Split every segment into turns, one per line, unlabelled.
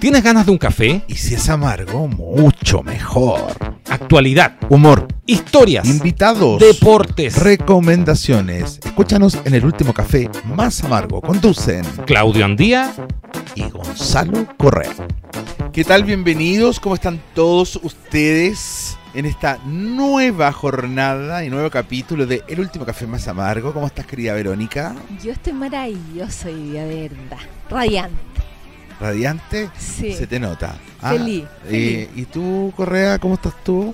¿Tienes ganas de un café?
Y si es amargo, mucho mejor.
Actualidad,
Humor,
historias,
invitados,
deportes.
recomendaciones. Escúchanos en el último café más amargo. Conducen
Claudio Andía,
y Gonzalo Correa.
¿Qué tal? Bienvenidos. ¿Cómo están todos ustedes en esta nueva jornada y nuevo capítulo de El último café más amargo? ¿Cómo estás, querida Verónica?
Yo estoy maravilloso hoy día, de verdad. Radiante.
Radiante.
Sí.
Se te nota. Ah,
Feliz,
eh, ¿Y tú, Correa, cómo estás tú?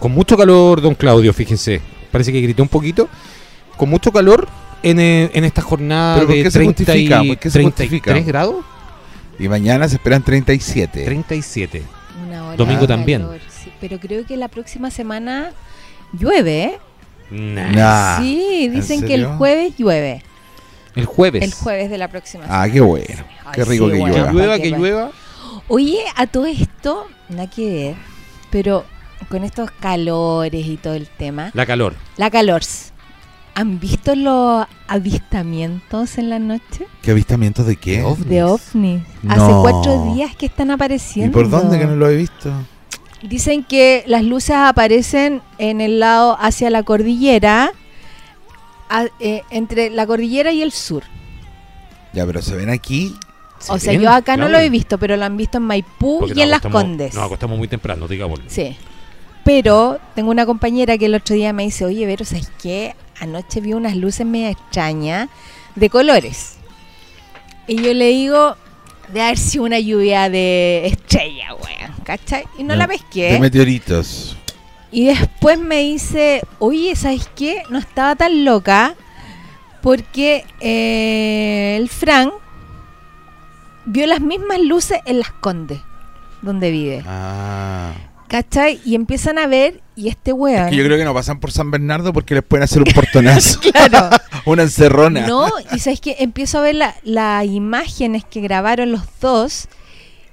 con mucho calor, don Claudio, fíjese. Parece que grité un poquito. Con mucho calor en, eh, en esta jornada
¿Pero por
de
qué se
30 y-
justifica? ¿Por qué se
33
justifica?
grados,
Y mañana se esperan 37.
37.
Una hora
Domingo
de
también.
calor, sí. pero creo que la próxima semana llueve. ¿eh?
Nah.
Nah.
sí,
¿en
dicen que el
serio?
jueves llueve.
El jueves.
El jueves de la próxima semana.
Ah, qué bueno.
Ay,
qué rico que
bueno,
llueva.
Pues.
¿pa'
Que llueva,
qué
que
va?
llueva.
Oye, a todo esto, nada que ver, pero con estos calores y todo el tema,
La calor.
la calor. ¿Han visto los avistamientos en la noche?
¿Qué avistamientos de qué?
Ovnis.
De ovnis.
No.
Hace cuatro días que están
¿Y
apareciendo.
por dónde que no lo he visto?
Dicen que las luces aparecen en el lado hacia la cordillera, a- eh, entre la cordillera y el sur.
Ya, pero se ven aquí.
o sea,
ven,
yo acá no
claro.
lo he visto, pero lo han visto en Maipú
Porque
y
nos
en Las
acostamos-
Condes.
Nos acostamos muy temprano, digámoslo.
Sí. Pero tengo una compañera que el otro día me dice, oye, Vero, ¿sabes qué? Anoche vi unas luces media extrañas de colores. Y yo le digo, de haber sido una lluvia de estrella, weón, ¿cachai? Y no
Mm.
la
De
pesqué.
meteoritos.
Y después me dice, oye, ¿sabes qué? No estaba tan loca porque eh, el Frank vio las mismas luces en Las Condes, donde vive.
Ah.
¿Cachai? Y empiezan a ver, y este weón.
Que yo creo que no pasan por San Bernardo porque les pueden hacer un portonazo,
Claro.
una encerrona.
No, y sabes que empiezo a ver la- las imágenes que grabaron los dos,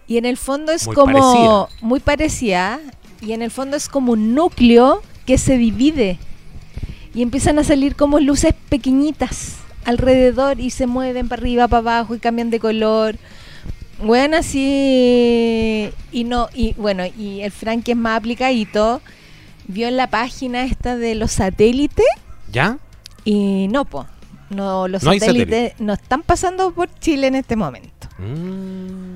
y en el fondo es
Muy
como. Muy parecida. Y en el fondo es como un núcleo que se divide. Y empiezan a salir como luces pequeñitas alrededor y se mueven para arriba, para abajo y cambian de color. Bueno, así. Y no, y bueno, y el Frank, que es más aplicadito, vio en la página esta de los satélites.
¿Ya?
Y no, po. No, los
No hay
satélites
satélite.
no están pasando por Chile en este momento.
Mm.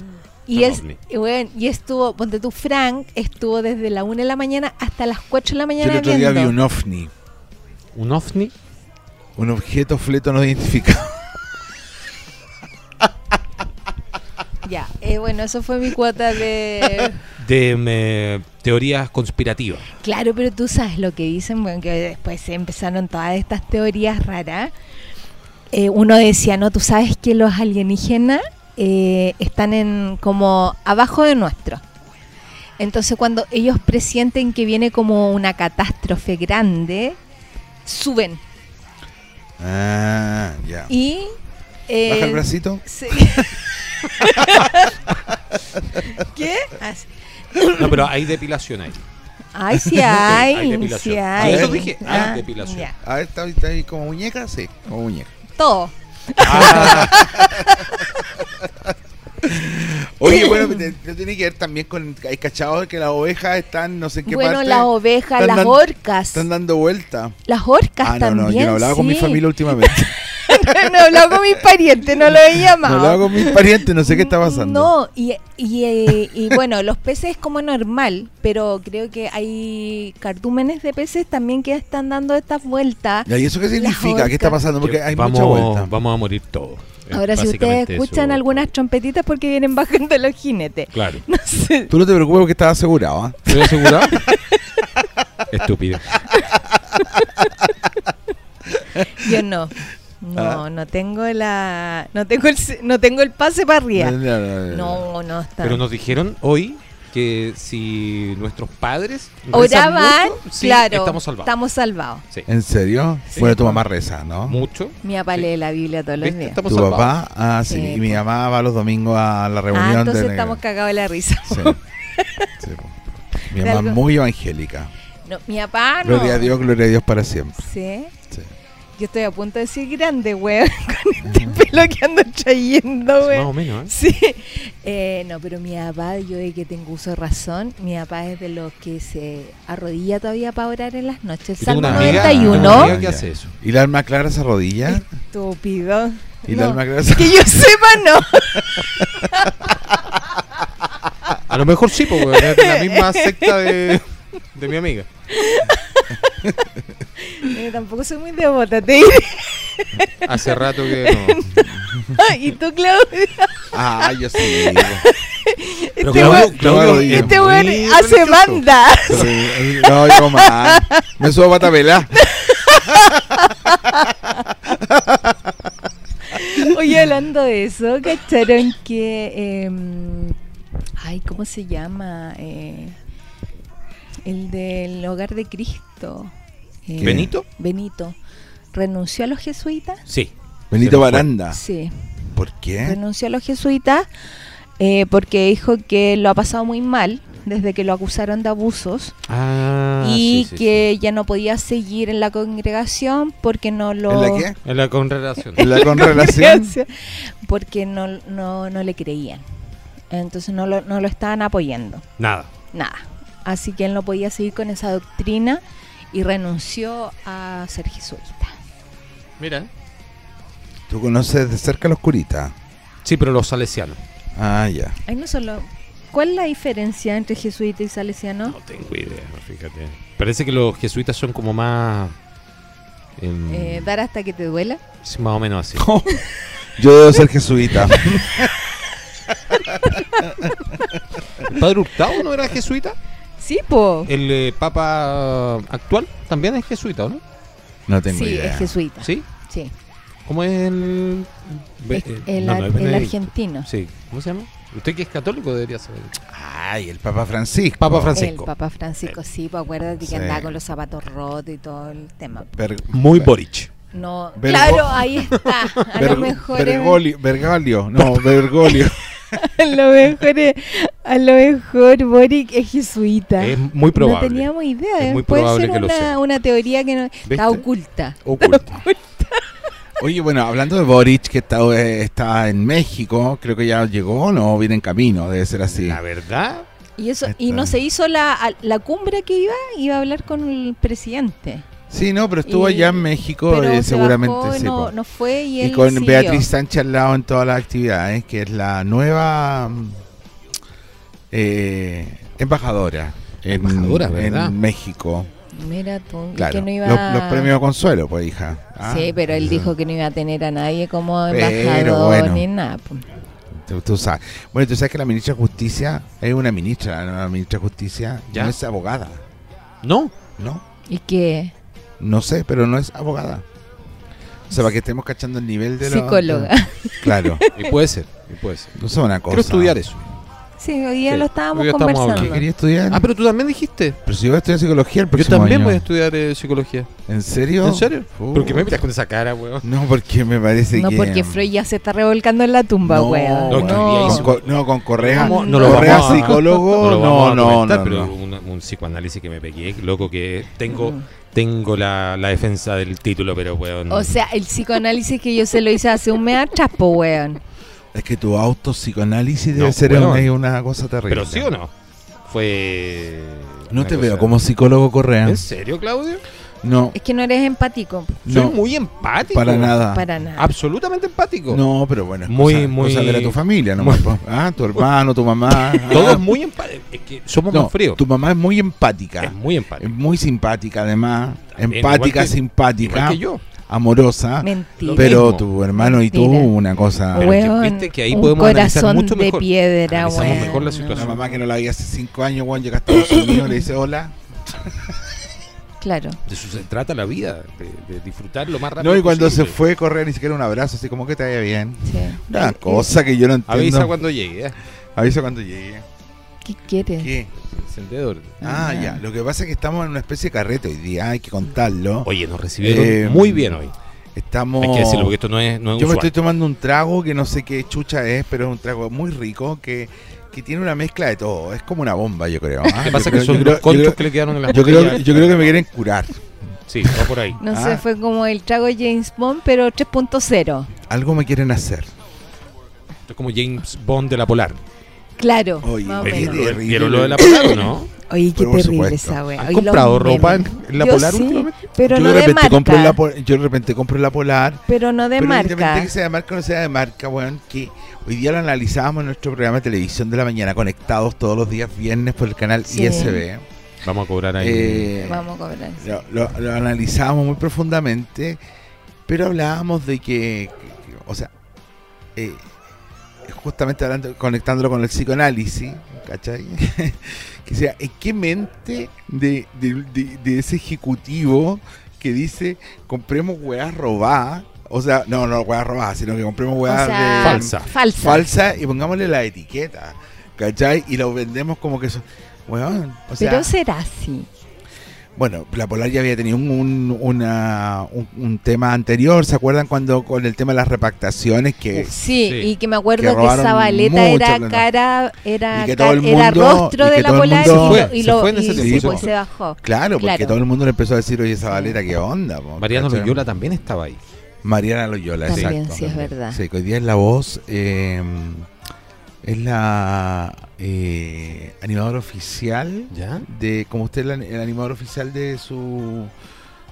Y,
Son
es,
ovni.
y, bueno, y estuvo, ponte tú, Frank, estuvo desde la 1 de la mañana hasta las 4 de la
Yo
mañana
el otro día vi
viendo.
un ovni,
¿Un ovni?
un objeto fleto no identificado.
Ya, eh, bueno, eso fue mi cuota de...
De me, teorías conspirativas.
claro, pero tú sabes lo que dicen, bueno, que después se empezaron todas estas teorías raras. Eh, uno decía, no, tú sabes que los alienígenas eh, están en como abajo de nuestro. Entonces cuando ellos presienten que viene como una catástrofe grande, suben
Ah, ya.
y... eh,
Baja el bracito.
se- ¿Qué? Así.
No, pero hay depilación ahí.
Ay, sí
Hay
hay,
depilación.
sí
Ah,
hay.
eso
dije, hay
Ah,
depilación.
ya.
A ver, ¿está, está ahí como muñeca? Sí, como muñeca. Ah.
Todo.
Oye, bueno, te- te tiene que ver también con. Hay cachados que las ovejas están, no sé en qué
Bueno,
parte.
las ovejas,
Están
las
dan-
orcas.
Están dando vuelta.
Las orcas
Ah, no,
también.
no, yo no hablaba con mi
sí.
familia últimamente.
no he hablado con mis parientes, no lo he
No
llamado.
hablaba con mis parientes, no sé qué está pasando.
No, y, y, eh, y bueno, los peces es como normal, pero creo que hay cardúmenes de peces también que están dando estas vueltas.
Ya, ¿Y eso qué significa? ¿Qué
orcas.
está pasando? Porque hay
vamos,
mucha vuelta.
Vamos a morir todos. Es
Ahora, si ustedes
básicamente
escuchan
eso.
algunas trompetitas, porque vienen bajando los jinetes.
Claro.
No sé.
Tú no te preocupes porque estás asegurado. ¿ah?
¿Estoy asegurado? Estúpido.
Yo no.
Ah.
No, no tengo la no tengo el se- no tengo el pase para arriba.
No, no, no, no.
No, no está.
Pero nos dijeron hoy que si nuestros padres rezan
Oraban,
mucho, sí,
claro.
estamos salvados.
Estamos salvados.
Sí.
¿En serio? Bueno, tu mamá reza, ¿no?
Mucho.
Mi papá
Sí.
lee la Biblia todos los
¿Viste?
días.
Estamos
¿Tu
salvados.
papá? Ah, sí.
Sí,
y mi
po.
mamá va los domingos a la reunión
Ah, entonces
de...
estamos cagados de la risa.
Sí. Sí, po. Mi
De
mamá
algo-
muy evangélica.
No, mi papá no.
Gloria a Dios, gloria a Dios para siempre.
Sí.
Sí.
Yo estoy a punto de decir grande, weón, con este pelo que ando trayendo,
Más o
weón.
menos, ¿eh?
Sí. Eh, no, pero mi papá, yo de que tengo uso de razón, mi papá es de los que se arrodilla todavía para orar en las noches.
Yo tengo
Salmo
una amiga- tengo una amiga
91.
que hace eso.
¿Y la alma clara se arrodilla?
Estúpido.
¿Y la
Eh, No,
alma clara se
Que yo sepa, no.
A lo mejor sí, porque es la misma secta de, de mi amiga.
Eh, tampoco soy muy devota, te diré.
Hace rato que no.
¿Y tú, Claudio?
Ah, yo sí.
Pero
este
Claudio-
weón-
Claudio
Claudio
es
este
muy
weón hace
religioso.
banda.
Sí, No, yo más. Me subo a patapelá.
Oye, hablando de eso, ¿cacharon que. em, ay, ¿cómo se llama? Eh, el del Hogar de Cristo. Eh,
¿Benito?
Benito. ¿Renunció a los jesuitas?
Sí.
Benito
Ah,
Baranda.
Sí,
¿Por qué?
renunció a los jesuitas eh, porque dijo que lo ha pasado muy mal desde que lo acusaron de abusos
Ah,
y
sí, sí,
que ya no podía seguir en la congregación porque no lo...
¿En la qué?
sí. En la congregación.
¿En la conrelación?
Porque no, no, no le creían. Entonces no lo, no lo estaban apoyando.
Nada.
Nada. Así que él no podía seguir con esa doctrina y renunció a ser jesuita.
Mira.
Tú conoces de cerca a los curitas.
Sí, pero los salesianos.
Ah, ya.
Ay, no solo... ¿Cuál es la diferencia entre jesuita y salesiano?
tengo idea, fíjate. Parece que los jesuitas son como más. em,
Eh, ¿Dar hasta que te duela?
sí, más o menos así.
Yo debo ser jesuita.
¿Padre Hurtado no era jesuita?
Sí, po.
El eh, papa actual también es jesuita, ¿o ¿no?
No tengo
Sí,
idea.
es jesuita.
¿Sí?
Sí.
¿Cómo es el. Be-
Es-
eh,
el,
no,
ar-
no, es
el
Benedicto.
argentino.
Sí. ¿Cómo se llama? Usted que es católico debería saber.
Ay, el Papa Francisco.
Papa Francisco.
El Papa Francisco, sí, pues acuérdate que
Sí.
andaba con los zapatos rotos y todo el tema.
Ver-
Muy
ver-
Boric.
No,
Vergo-
claro, ahí está. A
ver-
lo mejor es-
Bergoglio, Bergoglio, no, Bergoglio.
a lo mejor es- a lo mejor Boric es jesuita.
Es muy probable.
No teníamos idea.
Es
¿eh?
muy
Puede
probable
ser
que lo
una,
sea.
una teoría que no,
¿Viste?
está oculta.
Oculto.
Oye, bueno, hablando de Boric, que está, eh, está en México, creo que ya llegó o no, viene en camino, debe ser así.
La verdad.
Y eso
Ahí
y
está.
no se hizo la, a- la cumbre que iba, iba a hablar con el presidente.
Sí, no, pero estuvo
Y-
allá en México,
Pero
eh,
se
seguramente.
bajó,
sí,
no,
po.
no fue y,
y,
él
con
siguió.
Beatriz Sánchez al lado en todas las actividades, que es la nueva mm, eh, embajadora. En,
Embajadora, ¿verdad?
en México,
Mira tú, y
claro.
que no iba
Los, los premios Consuelo, pues, hija. Ah,
sí, pero él
eso.
dijo que no iba a tener a nadie como
Pero
embajador
bueno.
ni nada. po.
Tú, tú sabes. Bueno, tú sabes que la ministra de Justicia es una ministra, la nueva ministra de Justicia
¿Ya?
no es abogada,
No.
¿no?
Y que
No sé, pero no es abogada. O sea, para que estemos cachando el nivel de la...
psicóloga.
claro.
Y puede ser. Y puede ser.
No es una cosa.
Quiero estudiar eso.
Sí, hoy día
Sí,
lo estábamos
hoy día estamos
conversando.
¿Qué
hablando.
quería estudiar?
Ah, pero tú también dijiste.
Pero si yo voy a estudiar psicología el
Yo
próximo
también
año.
voy a estudiar eh, psicología.
¿En serio?
¿En serio?
Uh.
¿Por qué me miras con esa cara, weón?
No, porque me parece
no,
que...
porque Freud ya se está revolcando en la tumba,
No,
weón.
no,
bueno,
que hoy día
con,
hizo-
co- no, con Correa.
Vamos,
no lo
Correa
vamos a-
psicólogo.
lo
No,
vamos a
no,
comentar,
no.
pero
no.
Un, un psicoanálisis que me pegué, loco, que tengo,
Mm.
tengo la, la defensa del título, pero weón.
O sea, el psicoanálisis que yo se lo hice hace un mes atrás, po, weón.
Es que tu auto psicoanálisis debe
No,
ser
bueno.
una, una cosa terrible.
pero sí o no. Fue.
No
una
te
cosa-
veo como psicólogo Correa.
¿En serio, Claudio?
No,
Es que no eres empático
Soy
no,
muy empático.
para nada.
para nada.
Absolutamente empático.
No, pero bueno, es
Muy,
cosa,
muy-
cosa de ver a tu familia, nomás, po. Ah, tu hermano, tu mamá.
Todos
ah.
muy empáticos. Es que somos
No,
más fríos.
Tu mamá es muy empática.
Es muy
Es
empático.
muy simpática, además.
También,
empática,
igual que-
simpática,
Igual que yo.
amorosa.
Mentira.
Pero
mismo.
tu hermano y tú,
Mentira.
una cosa.
Pero es que
Weón,
viste que ahí
un
podemos analizar
corazón
mucho
de
mejor.
piedra,
Analizamos
weón.
mejor la
No.
situación.
La mamá que no la veía hace cinco años, weón, llega a Estados Unidos le dice hola.
Claro.
De eso se trata la vida, de, de disfrutar lo más rápido.
No, y cuando se
posible.
fue correr ni siquiera un abrazo, así como que te vaya bien.
Sí.
Una
Eh,
cosa que yo no entiendo.
Avisa cuando llegue, ¿eh?
Avisa cuando llegue.
eh, ¿Qué quieres?
¿Qué?
Encendedor.
Ah,
Ah.
ya. Lo que pasa es que estamos en una especie de carrete hoy día, hay que contarlo.
Oye, nos recibieron
Eh,
muy bien hoy.
Estamos.
Hay que decirlo porque esto no es, no es
Yo me
usual.
estoy tomando un trago que no sé qué chucha es, pero es un trago muy rico que, que tiene una mezcla de todo. Es como una bomba, yo creo. ¿ah?
¿Qué pasa?
Yo
que
creo-
son
yo
los
creo- yo
conchos
creo-
que le quedaron en las
yo creo,
botellas.
yo creo que me quieren curar.
Sí, va por ahí.
No
Ah.
sé, fue como el trago James Bond, pero 3.0.
Algo me quieren hacer.
Esto es como James Bond de la Polar.
Claro.
Oye,
más o
oye,
¿Vieron
de-
menos.
terrible. Eh,
¿Vieron lo de la Polar o no?
Oye, qué
pero por
terrible
supuesto.
esa wea.
¿Han
Oye, los
comprado ropa en
memes.
la
Yo
Polar
sí,
últimamente?
Pero
yo,
no
de
de
repente compro
marca.
la, pol- yo de repente compro la Polar
Pero no de
Pero
marca.
independientemente que sea de marca o no sea de marca, weón, que hoy día lo analizábamos en nuestro programa de televisión de la mañana, conectados todos los días viernes por el canal
Sí.
ISB.
Vamos a cobrar ahí.
Eh,
Vamos a cobrar.
lo, lo- lo analizábamos muy profundamente, pero hablábamos de que, que- o sea, eh, justamente hablando, conectándolo con el psicoanálisis, ¿cachai? que sea, ¿en qué mente de, de- de- de ese ejecutivo que dice, compremos weas robadas? O sea, no, no weas robadas, sino que compremos
O
weas
sea,
de-
Falsa.
Falsa.
falsa y pongámosle la etiqueta, ¿cachai? Y lo vendemos como que son... Weón, o sea,
Pero será así.
bueno, la Polar ya había tenido un, un- una- un- un tema anterior, ¿se acuerdan cuando con el tema de las repactaciones que
Sí,
Sí.
y que me acuerdo
Que
que,
robaron
Zabaleta
mucho
era
plata.
cara, era,
Y que
ca-
todo el
era
mundo-
rostro
y
de
que
la
todo el
polar
mundo-
Se
y lo-
fue,
y
se
lo
fue en
y
ese
sí,
tiempo.
pues, se bajó.
Claro, porque
Claro.
todo el mundo le empezó a decir, oye, esa Valera, ¿qué onda? po?
Mariano
¿Cachai?
Loyola también estaba ahí.
Mariana Loyola,
También,
exacto.
sí, es verdad.
Sí, que hoy día es la voz, eh, es la eh, animadora oficial
¿Ya?
de, como usted es la- el animador oficial de su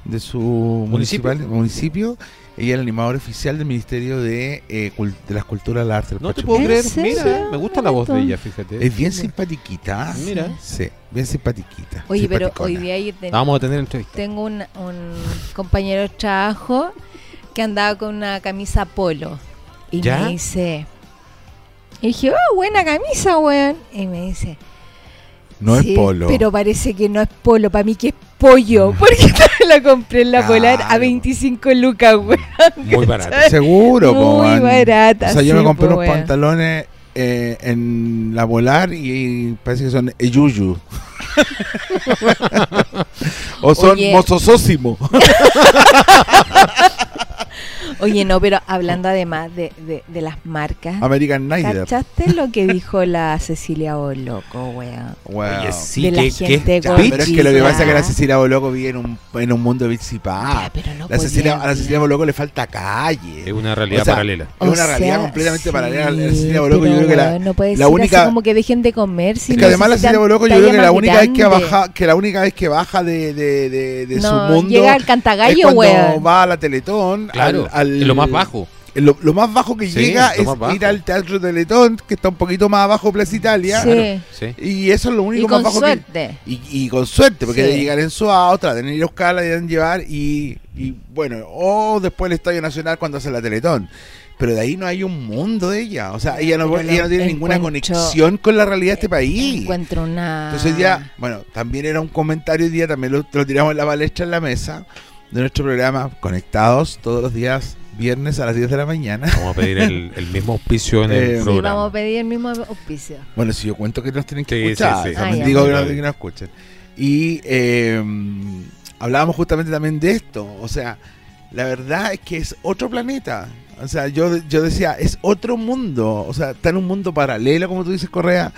de su
Municipio.
municipal- municipio, ella es el animador oficial del Ministerio de, eh, Cul- de las Culturas, la Artes, el
No te puedo
Patrimonio.
creer.
¿En serio?
Mira, me gusta la voz de ella, fíjate.
Es bien simpatiquita.
Ah, Mira.
Sí, bien simpatiquita.
Oye, pero
simpaticona.
hoy día yo ten-
Vamos a tener entrevista.
tengo un, un compañero de trabajo que andaba con una camisa polo. Y
¿Ya?
me dice. Y dije, oh, buena camisa, weón. Y me dice.
No
"Sí,
es polo.
Pero parece que no es polo, para mí que es pollo. Porque la compré en la polar a
Claro.
25 lucas, weón.
Muy barato.
Seguro, po,
Muy
man.
barata,
O sea, yo
sí, pues.
me compré
po,
unos
weón.
pantalones eh, en la volar y, parece que son eh, Eyuyu. o son
Oye.
mozosósimo.
Oye, no, pero hablando además de, de- de las marcas,
American Nighter.
¿cachaste lo que dijo la Cecilia Boloco, weón?
Wow.
Oye, sí,
de la
qué-
gente
qué
Ya,
Bitch.
pero es que lo que pasa es que la
Ya.
Cecilia Boloco vive en un, en un mundo de
Ya,
bitsipá.
pero no
Ah, La Cecilia,
podía
a la Cecilia
hablar.
Boloco le falta calle.
Es una realidad
O sea,
paralela.
Es
O
una realidad
sea,
completamente
sí,
paralela a la Cecilia Boloco. Yo
pero,
creo que la,
weón, no puede
la
ser así
única-
como que dejen de comer. Si
es que
no
además la
necesitan
Cecilia Boloco yo creo que
talla
la
más
única vez que
grande.
baja, que la única vez que baja de, de, de, de
No,
su mundo
Llega al
es
Cantagallo,
cuando
weón.
va a la Teletón.
Claro,
al- al-
es lo más bajo.
Lo, lo más bajo que
Sí,
llega
lo
es
más bajo.
ir al Teatro Teletón, que está un poquito más abajo de Plaza Italia.
Sí.
Sí.
Y eso es lo único
Y
más
con
bajo que,
suerte.
y, y con suerte, porque
Sí.
de llegar en su auto, la tener que ir a buscar, la deben llevar y, y bueno, o después el Estadio Nacional cuando hace la Teletón. Pero de ahí no hay un mundo de ella. O sea, ella no,
Pero
ella
lo
no tiene ninguna
encuentro-
conexión con la realidad de este país.
Encuentro una...
Entonces ya, bueno, también era un comentario hoy día, también lo, lo tiramos en la palestra en la mesa de nuestro programa, conectados todos los días, viernes a las 10 de la mañana.
Vamos a pedir el, el mismo auspicio en
Eh,
el
Sí,
Sí, vamos
programa.
a pedir el mismo auspicio.
Bueno, si yo cuento que nos tienen que
Sí, sí,
escuchar,
sí.
o sea,
Ah,
me
ya.
digo que no, que no escuchen. Y eh, hablábamos justamente también de esto, o sea, la verdad es que es otro planeta. O sea, yo, yo decía, es otro mundo, o sea, está en un mundo paralelo, como tú dices, Correa.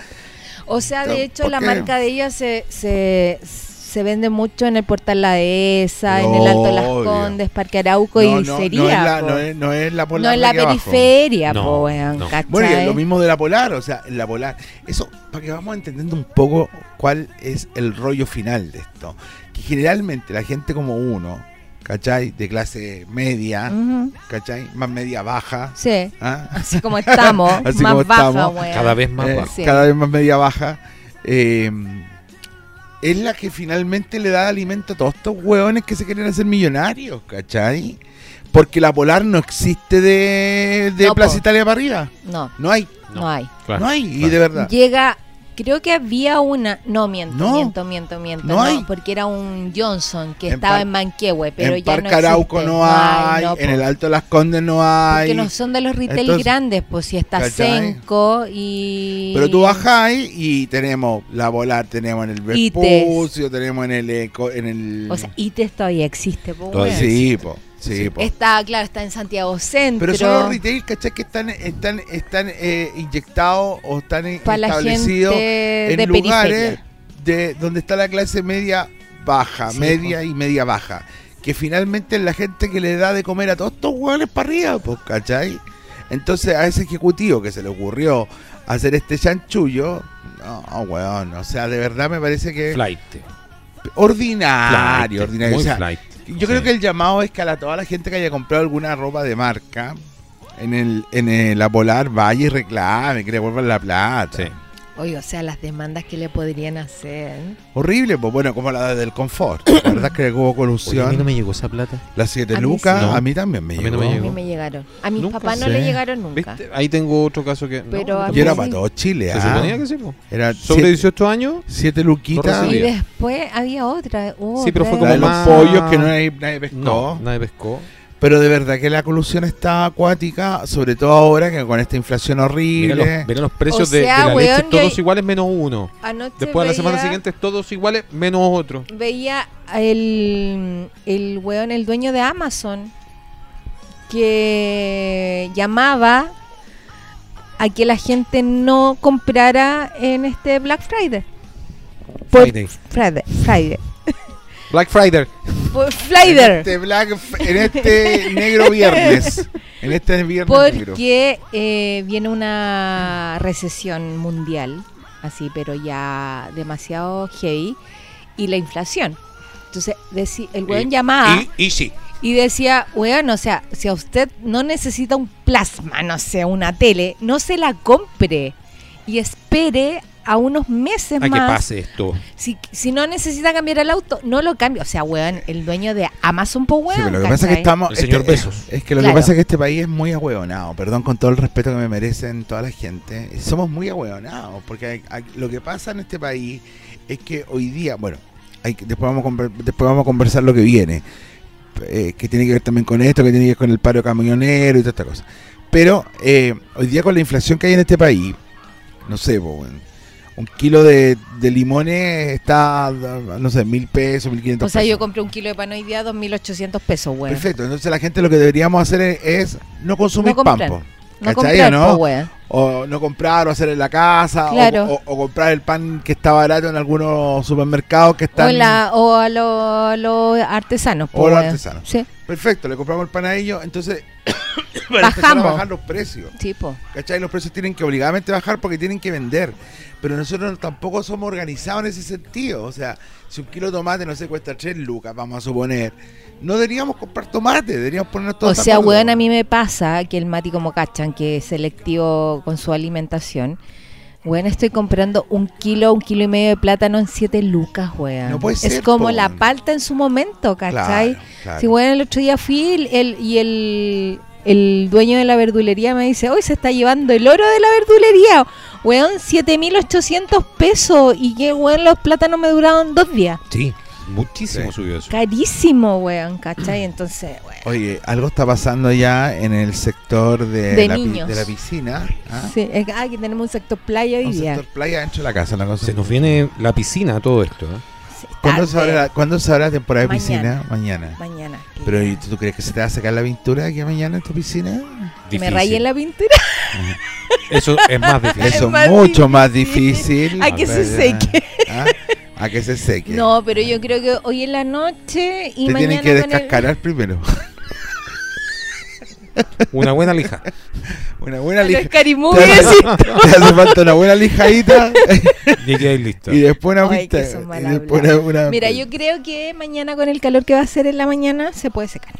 O sea, de
Pero,
hecho,
¿por
la
qué?
marca de ella se, se, se vende mucho en el Portal La Dehesa, en el Alto de las
Obvio.
Condes, Parque Arauco
no,
y
no,
Cería.
no es la,
po.
no es, no es la
No
polar
en
de
la
aquí abajo.
periferia,
No,
po, weón,
no.
¿cachai?
Bueno, y lo mismo de la polar, o sea, la polar. Eso, para que vamos entendiendo un poco cuál es el rollo final de esto. Que generalmente la gente como uno, ¿cachai? De clase media,
Ujú,
¿cachai? Más media baja.
Sí,
¿ah?
así como estamos,
Así
más
como
baja,
estamos,
weón.
Cada vez más
Eh,
bajo.
Sí.
Cada vez más media baja. eh, es la que finalmente le da alimento a todos estos hueones que se quieren hacer millonarios, ¿cachai? Porque la polar no existe de, de
No, po.
Plaza Italia para arriba.
No,
No hay,
no,
No,
hay.
claro.
no hay, y
claro.
de verdad.
Llega, creo que había una, no miento,
No.
miento, miento, miento,
No
no,
hay.
porque era un Johnson que
En
estaba
Par-
en Manquehue, pero
en
ya
Parque
no existe.
Arauco no hay,
no,
en
po.
el Alto de las Condes no hay.
Porque no son de los retail
Entonces,
grandes, pues si está
¿cachai?
Senco y.
Pero tú bajas y tenemos la Volar, tenemos en el
Ites.
Vespucio, tenemos en el Eco- en el
O sea, ITES todavía existe, pues.
Todavía
weón.
sí, po, sí, po.
Está, claro, está en Santiago Centro.
Pero son los retail, ¿cachai? Que están, están, están eh, inyectados o están eh,
para la gente
establecidos en
de
lugares
periferia.
de donde está la clase media baja,
Sí,
media y media baja. Que finalmente es la gente que le da de comer a todos estos hueones para arriba, pues, ¿cachai? Entonces a ese ejecutivo que se le ocurrió hacer este chanchullo, no, weón, o sea, de verdad me parece que...
Flight.
ordinario,
Flight,
ordinario.
muy
O sea,
flight.
yo
Sí.
creo que el llamado es que a la- toda la gente que haya comprado alguna ropa de marca en el en el la Polar vaya y reclame, que le vuelvan la plata.
Sí.
Oye, o sea, las demandas que le podrían hacer.
Horrible, pues bueno, como la del confort. La verdad es que
Oye,
hubo
a mí no
colusión.
me llegó esa plata.
Las 7
A mí
lucas,
sí.
a mí también
A
me
mí no
llegó.
me
A mí
llegó.
me llegaron. A mis
Nunca
papás no
sé.
le llegaron nunca.
¿Viste? Ahí tengo otro caso que.
Pero a
no,
mí
Y era
sí.
para todo Chile,
Se
¿ah?
suponía que sí, po.
Era
Sobre
7
18 años. No
luquitas.
recibí.
Y
sabía.
después había otra.
Pues Sí, pero fue
La
otra.
de
como
los
más-
pollos que no nadie, nadie pescó.
No, nadie pescó.
Pero de verdad que la colusión está acuática, sobre todo ahora que con esta inflación
Mira
horrible.
los, mira los precios
O
de-
sea,
de, la
weón,
leche,
que
todos
hay-
iguales menos uno.
Anoche
Después, la semana
veía-
siguiente, todos iguales menos otro.
veía el, el weón, el dueño de Amazon, que llamaba a que la gente no comprara en este Black Friday. Por-
Friday.
Friday. Friday.
Black Friday.
Por
En
Friday.
este, Black, en este negro viernes. En este viernes negro.
Porque eh, viene una recesión mundial, así, pero ya demasiado heavy, y la inflación. Entonces, deci- el weón llamaba.
Y, y sí.
Y decía, weón, o sea, si a usted no necesita un plasma, no sé, una tele, no se la compre y espere a unos meses
A que
más.
pase esto.
Si, si no necesita cambiar el auto, no lo cambie. O sea, weón, el dueño de Amazon, pues weón.
Sí, pero lo que pasa es que
¿cachai?
estamos.
El señor
este-
Bezos.
Es que lo
Claro.
que pasa es que este país es muy ahueonado. Perdón con todo el respeto que me merecen toda la gente. Somos muy ahueonados. Porque hay- hay- lo que pasa en este país es que hoy día. Bueno, hay, que- después, vamos a, conver- después vamos a conversar lo que viene. eh, que tiene que ver también con esto, que tiene que ver con el paro camionero y toda esta cosa. Pero eh, hoy día con la inflación que hay en este país, no sé, po, weón, un kilo de, de limones está, no sé, mil pesos, mil quinientos
O sea,
pesos.
yo compré un kilo de pan hoy día, 2.800 pesos, weón.
Perfecto, entonces la gente lo que deberíamos hacer es, es no consumir
No
pan,
comprar.
po.
No
¿cachai
compré,
o no?
pues, weón.
O no comprar, o hacer en la casa, o-
Claro.
o, o comprar el pan que está barato en algunos supermercados que están...
O, la- o a lo- a los artesanos, pues,
O los
weón.
artesanos.
Sí,
Perfecto, le compramos el pan a ellos, entonces para empezar a
Bajamos.
bajar los precios.
sí, pues.
¿Cachai? Los precios tienen que obligadamente bajar porque tienen que vender. Pero nosotros tampoco somos organizados en ese sentido. O sea, si un kilo de tomate no se cuesta 3 lucas, vamos a suponer, no deberíamos comprar tomate, deberíamos ponernos todos
O
de
sea,
acuerdo.
weón, a mí me pasa que el Mati, como cachan, que es selectivo con su alimentación. Weón, estoy comprando un kilo, un kilo y medio de plátano en siete lucas, weón.
No puede
es
ser,
como
po,
la
weón.
palta en su momento, ¿cachai?
Claro, claro.
Si, weón, el otro día fui el- el- y el, el dueño de la verdulería me dice, hoy se está llevando el oro de la verdulería. Weón, 7.800 pesos y que, weón, los plátanos me duraron dos días.
Sí. Muchísimo
Sí.
subió eso.
Carísimo, weón,
Mm.
¿cachai? Entonces, weón.
Oye, algo está pasando ya en el sector de,
De
la, pi-
niños.
de la piscina. ¿ah?
Sí, es que- ah, que tenemos un sector playa hoy
Un
día.
sector playa dentro de la casa. una cosa-
Se nos viene la piscina todo esto. ¿eh?
Sí,
¿Cuándo,
tarde.
se abre la, cuándo se abre la temporada de
Mañana.
piscina? Mañana.
Mañana. que
Pero
ya-
¿y tú crees que se te va a sacar la pintura aquí mañana en tu piscina?
que me
Difícil.
rayé la pintura.
Eso es más difícil.
Eso
más
es mucho más
difícil.
difícil.
A que se seque.
¿Ah? A que se seque.
No, pero yo creo que hoy en la noche y
Te tienen
mañana
que
con el-
descascarar primero.
Una buena lija. Ah,
Una buena
con
lija.
el Carimubi,
Te hace-
así.
Te hace falta una buena lijadita
Y quedáis listo.
y después una
Ay, que
pinta.
son mal
y después una,
hablados.
una-
Mira, yo creo que mañana con el calor que va a hacer en la mañana se puede secar.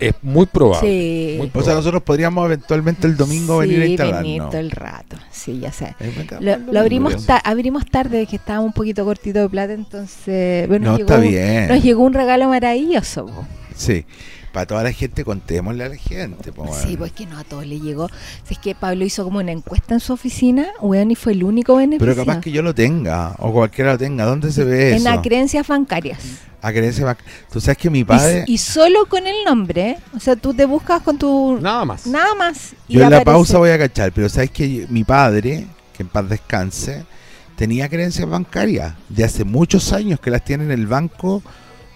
Es muy probable.
Sí.
Muy
O sea,
probable.
nosotros podríamos eventualmente el domingo
Sí,
venir a
venir
instalarnos.
todo el rato. Sí, ya sé.
Ahí me encanta
Lo,
el
lo
domingo,
abrimos,
eso.
ta- abrimos tarde, que estaba un poquito cortito de plata, entonces... bueno,
No,
nos
está
llegó un-
bien.
Nos llegó un regalo maravilloso. po.
Sí. Para toda la gente, contémosle a la gente. po,
Sí,
bueno.
pues que no a todos le llegó. Si es que Pablo hizo como una encuesta en su oficina, weón, y fue el único beneficio.
Pero capaz que yo lo tenga, o cualquiera lo tenga. ¿Dónde se ve
en
eso?
las creencias bancarias.
A creencia vac- Tú sabes que mi
Y-
padre.
Y, solo con el nombre, ¿eh? o sea, tú te buscas con tu
Nada más.
nada más. y
Yo en la
aparece.
pausa voy a cachar, pero sabes que mi padre, que en paz descanse, tenía creencias bancarias de hace muchos años que las tiene en el banco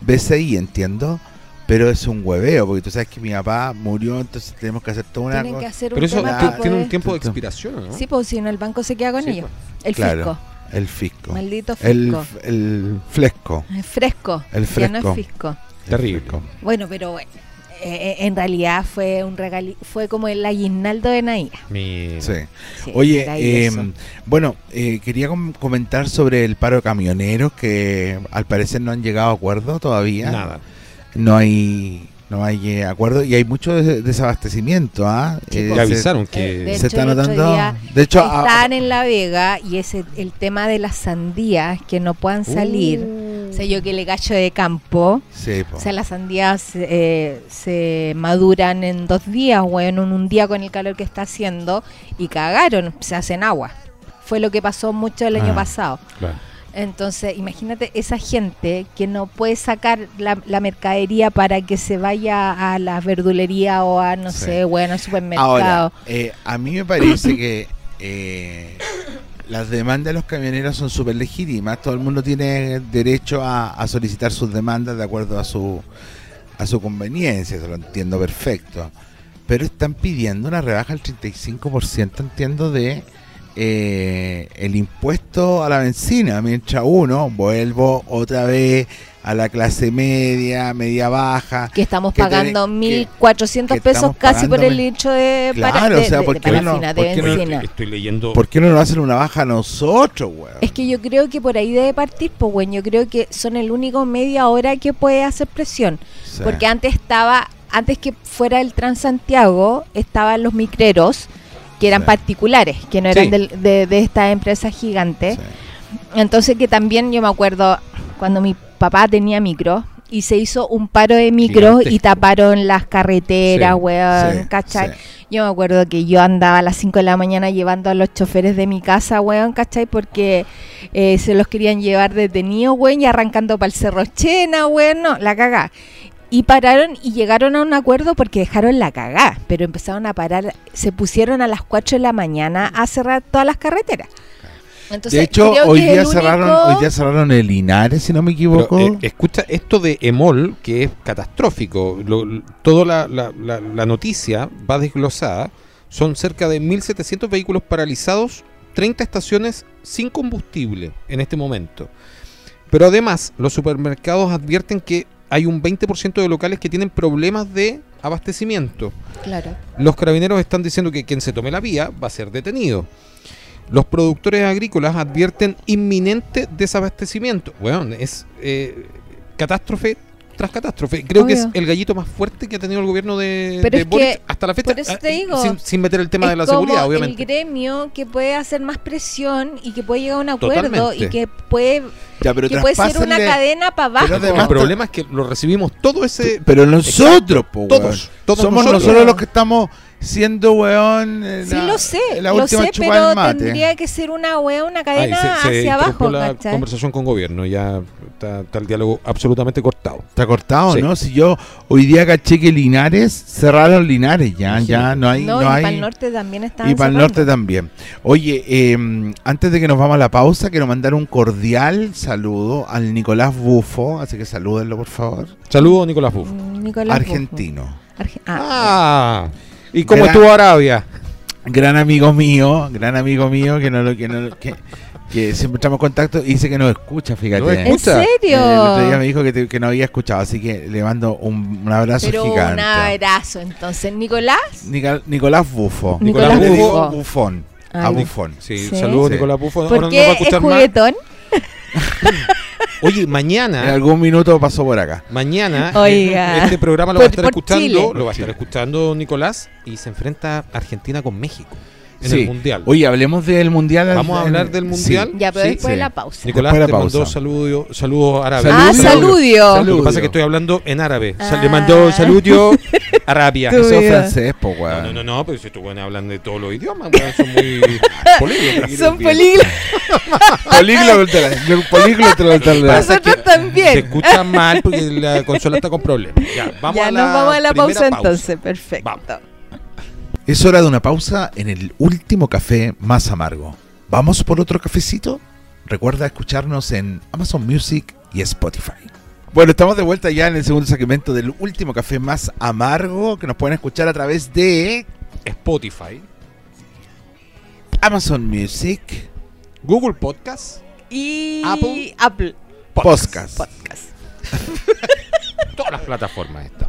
BCI, entiendo, pero es un hueveo, porque tú sabes que mi papá murió, entonces tenemos que hacer toda una
Tienen que
cosa.
hacer un
Pero eso
tema
ti-
claro.
tipo
tiene
de-
un tiempo de
Tú- tú.
expiración, ¿no?
Sí, pues si no, el banco se queda con
Sí, pues.
ellos. El
pues. Claro,
fisco,
el fisco.
maldito fisco.
El, el flesco.
Eh, fresco,
El
ya no
fresco.
es fisco.
Terrible.
El fresco.
Bueno, pero bueno, eh, en realidad fue un regali fue como el aguinaldo de Naía.
Mira.
Sí.
Sí,
Oye,
era
eh,
eso.
bueno, eh, quería com- comentar sobre el paro de camioneros que al parecer no han llegado a acuerdo todavía.
Nada.
No hay no hay eh, acuerdo y hay mucho des- desabastecimiento. ¿ah?
Sí,
Eh,
pues.
Ya
se-
avisaron que...
De
se
hecho,
está
el otro
notando.
día
De hecho, a-
Están en La Vega y es el tema de las sandías que no puedan
Uh.
salir. O sea, yo que le cacho de campo.
sí, pues. po.
O sea, las sandías eh, se maduran en dos días o en un, un día con el calor que está haciendo y cagaron, se hacen agua. Fue lo que pasó mucho el año
Ah.
pasado.
Claro.
Entonces, imagínate esa gente que no puede sacar la, la mercadería para que se vaya a la verdulería o a, no
Sí.
sé, bueno, al supermercado.
Ahora, eh, a mí me parece que eh, las demandas de los camioneros son súper legítimas. Todo el mundo tiene derecho a, a solicitar sus demandas de acuerdo a su, a su conveniencia, eso lo entiendo perfecto. Pero están pidiendo una rebaja al 35%, entiendo, de eh, el impuesto a la benzina, mientras uno, vuelvo otra vez a la clase media, media baja,
que estamos
que
pagando
tiene- que-
1.400
que
pesos
estamos
casi por
pagando
el
mil-
hecho de,
Claro,
para-
o
de-
sea,
de-
¿por
de
qué no-
parafina, de
¿Por qué no
bencina.
estoy leyendo?
¿Por qué no nos hacen una baja a nosotros, weón?
Es que yo creo que por ahí debe partir, pues bueno, yo creo que son el único media hora que puede hacer presión.
O sea,
Porque antes estaba, antes que fuera el Transantiago, estaban los micreros, que eran
Sí.
particulares, que no eran
Sí.
del- de, de estas empresas gigantes.
sí.
Entonces que también yo me acuerdo cuando mi papá tenía micro y se hizo un paro de micros y
Gigantesco.
taparon las carreteras,
Sí,
weón,
Sí,
um, ¿cachai?
sí.
Yo me acuerdo que yo andaba a las 5 de la mañana llevando a los choferes de mi casa, weón, ¿cachai? Porque eh, se los querían llevar detenidos, weón, y arrancando para el Cerro Chena, weón, no, la cagá. Y pararon y llegaron a un acuerdo porque dejaron la cagá, pero empezaron a parar, se pusieron a las 4 de la mañana a cerrar todas las carreteras. Entonces,
de hecho,
creo
hoy
que es
día,
el
cerraron,
único-
hoy día cerraron el Linares, si no me
Pero,
equivoco.
eh, escucha esto de Emol, que es catastrófico. Lo- l- toda la, la- la- la noticia va desglosada. Son cerca de 1.700 vehículos paralizados, 30 estaciones sin combustible en este momento. Pero además, los supermercados advierten que hay un 20% de locales que tienen problemas de abastecimiento.
Claro.
Los carabineros están diciendo que quien se tome la vía va a ser detenido. Los productores agrícolas advierten inminente desabastecimiento. Bueno, es eh, catástrofe tras catástrofe. Creo que es
Obvio.
el gallito más fuerte que ha tenido el gobierno de,
Pero
de
es que,
Boric hasta la fecha.
por eso
ah,
te
y-
digo,
sin, sin meter el tema
es
de la
como
seguridad,
el
obviamente.
gremio que puede hacer más presión y que puede llegar a un acuerdo y
Totalmente.
que puede,
ya, pero
que puede ser una
traspásenle-
cadena para abajo.
Pero
el
además-
problema es que lo recibimos todo ese...
Pero nosotros, po, weón.
Todos, todos
Somos
nosotros.
nosotros. los que estamos siendo, weón. eh,
Sí,
la-
lo sé,
la
lo
última
sé,
chupa
pero
del mate.
tendría que ser una wea, una
Ahí
cadena
se, se
hacia abajo.
interrumpió la
¿cachai?
conversación con gobierno. Ya está, está el diálogo absolutamente cortado.
Está cortado,
Sí.
¿no? Si yo hoy día caché que Linares, cerraron Linares ya, ya no hay.
no,
No,
y
hay
para el norte también está.
Y para el norte también. Oye, eh, antes de que nos vamos a la pausa, quiero mandar un cordial saludo al Nicolás Bufo, así que salúdenlo, por favor.
Saludos, Nicolás Buff.
Nicolás Bufo.
Argentino.
Arge- ah,
Ah, ¿y cómo
Gran-
estuvo Arabia?
Gran amigo mío, gran amigo mío, que no lo, que no lo- que, que siempre estamos en contacto y dice que nos escucha, fíjate.
No
¿En
escucha.
Eh, el otro día me
serio?
dijo que, te- que no había escuchado, así que le mando un, un abrazo
Pero
gigante.
un abrazo, entonces. ¿Nicolás?
Nical- Nicolás Bufo.
Nicolás
Le digo
Bufo.
Bufón.
Ah,
a
ya.
Bufón.
Sí,
Sí.
saludos
Sí.
Nicolás Bufo. Ahora
¿Por
no va
qué
a
es
escuchar más.
juguetón?
Oye,
En
mañana,
algún minuto pasó por acá.
mañana
Oiga.
este programa lo
Por-
va a estar
por
escuchando,
Chile.
lo va a estar escuchando Nicolás y se enfrenta Argentina con México en
Sí.
el mundial.
Oye, hablemos del mundial.
Vamos a hablar del mundial.
Ya, pero
Sí,
después de
sí.
la pausa.
Nicolás
Después de
te
la
mandó
pausa.
saludo, saludos árabes.
Ah,
Saludio.
saludio.
Saludio.
Lo que pasa es que estoy hablando en árabe. Sal- Le
Ah.
mandó saludio Arabia.
Tú.
No,
Eso es
Mira.
francés, po, weón.
no, no, no, pero si estos buenos hablan de todos los idiomas, weón, son muy políglotas.
Son peligros.
Políglota, yo políglota lo
Pasa
tal-
Nosotros
Se
también.
escucha mal porque la consola está con problemas. Ya, vamos
Ya
a
nos
la
vamos a la
primera
pausa entonces. Perfecto.
Vamos.
Es hora de una pausa en el último café más amargo. ¿Vamos por otro cafecito? Recuerda escucharnos en Amazon Music y Spotify.
Bueno, estamos de vuelta ya en el segundo segmento del último café más amargo que nos pueden escuchar a través de
Spotify,
Amazon Music
Google Podcast,
Y
Apple.
Apple
Podcast.
Podcast.
todas las plataformas están.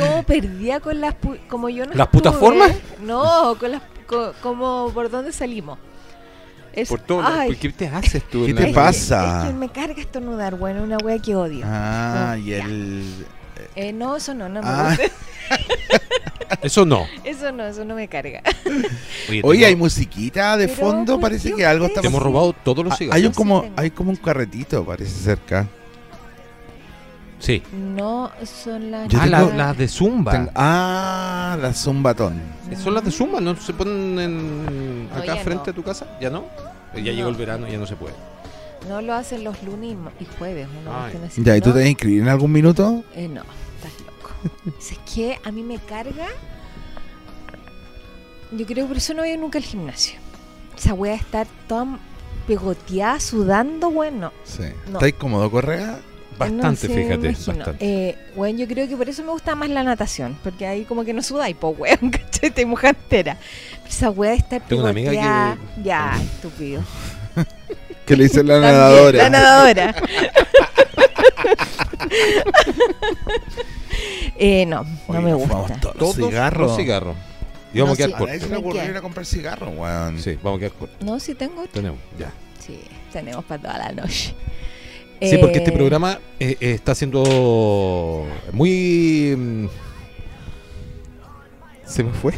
¿Cómo perdía con las pu- como yo no
¿Las putas
estuve,
formas?
No, con las co- como por dónde salimos. Es-
Por todo.
ay,
¿Qué te haces tú?
¿Qué
en
te
la-
es que-
pasa?
es que me carga estornudar, bueno, una wea que odio.
Ah,
No,
y
ya.
el.
Eh, no, eso no, no me
Ah.
gusta.
Eso no.
Eso no, eso no me carga.
Oye, te
Oye,
hemos-
hay musiquita de
Pero,
fondo,
¿por
parece
qué
que algo está
te hemos
pasando.
robado todos los
Ah,
cigarros.
Hay un
Sí,
como,
tengo.
hay como un carretito, parece cerca.
Sí.
No son las.
Yo
ah, la-
tengo-
las de Zumba. Eh,
Ten- Ah, la zumbatón.
Son las de Zumba, ¿no? ¿Se ponen en-
No,
acá
ya
frente
no.
a tu casa? ¿Ya no? Pues Ya llegó
No.
el verano, ya no se puede.
No lo hacen los lunes y ma- y jueves. una
Ay.
cuestión así,
Ya, ¿y tú
¿no?
te vas a inscribir en algún minuto?
Eh, no, estás loco. Si es que a mí me carga. Yo creo que por eso no voy nunca al gimnasio. Esa wea de estar toda pegoteada, sudando, bueno.
Sí.
No.
¿Estáis cómodo, Correa?
Bastante, fíjate,
Eh,
bastante.
bueno, Eh, yo creo que por eso me gusta más la natación, porque ahí como que no sudáis, po, weón, ¿cachai? Te mojas entera. Pero esa wea de estar
Tengo una amiga que-
pegoteada, ya, estúpido.
Que le dice la
También,
nadadora.
La nadadora. Eh, no, no
Oye,
me
nos
gusta.
fumamos todos los
Todos
cigarros.
los cigarros. Y vamos
No,
a
sí.
quedar
A nadie
cortos.
se le ocurrió
¿Qué?
ir a comprar cigarros, weón.
Sí, vamos a quedar cortos.
No, sí tengo otro.
Tenemos, ya.
Sí, tenemos para toda la noche.
Sí, porque este
Eh,
programa eh, eh, está siendo muy... mm, ¿Se me fue?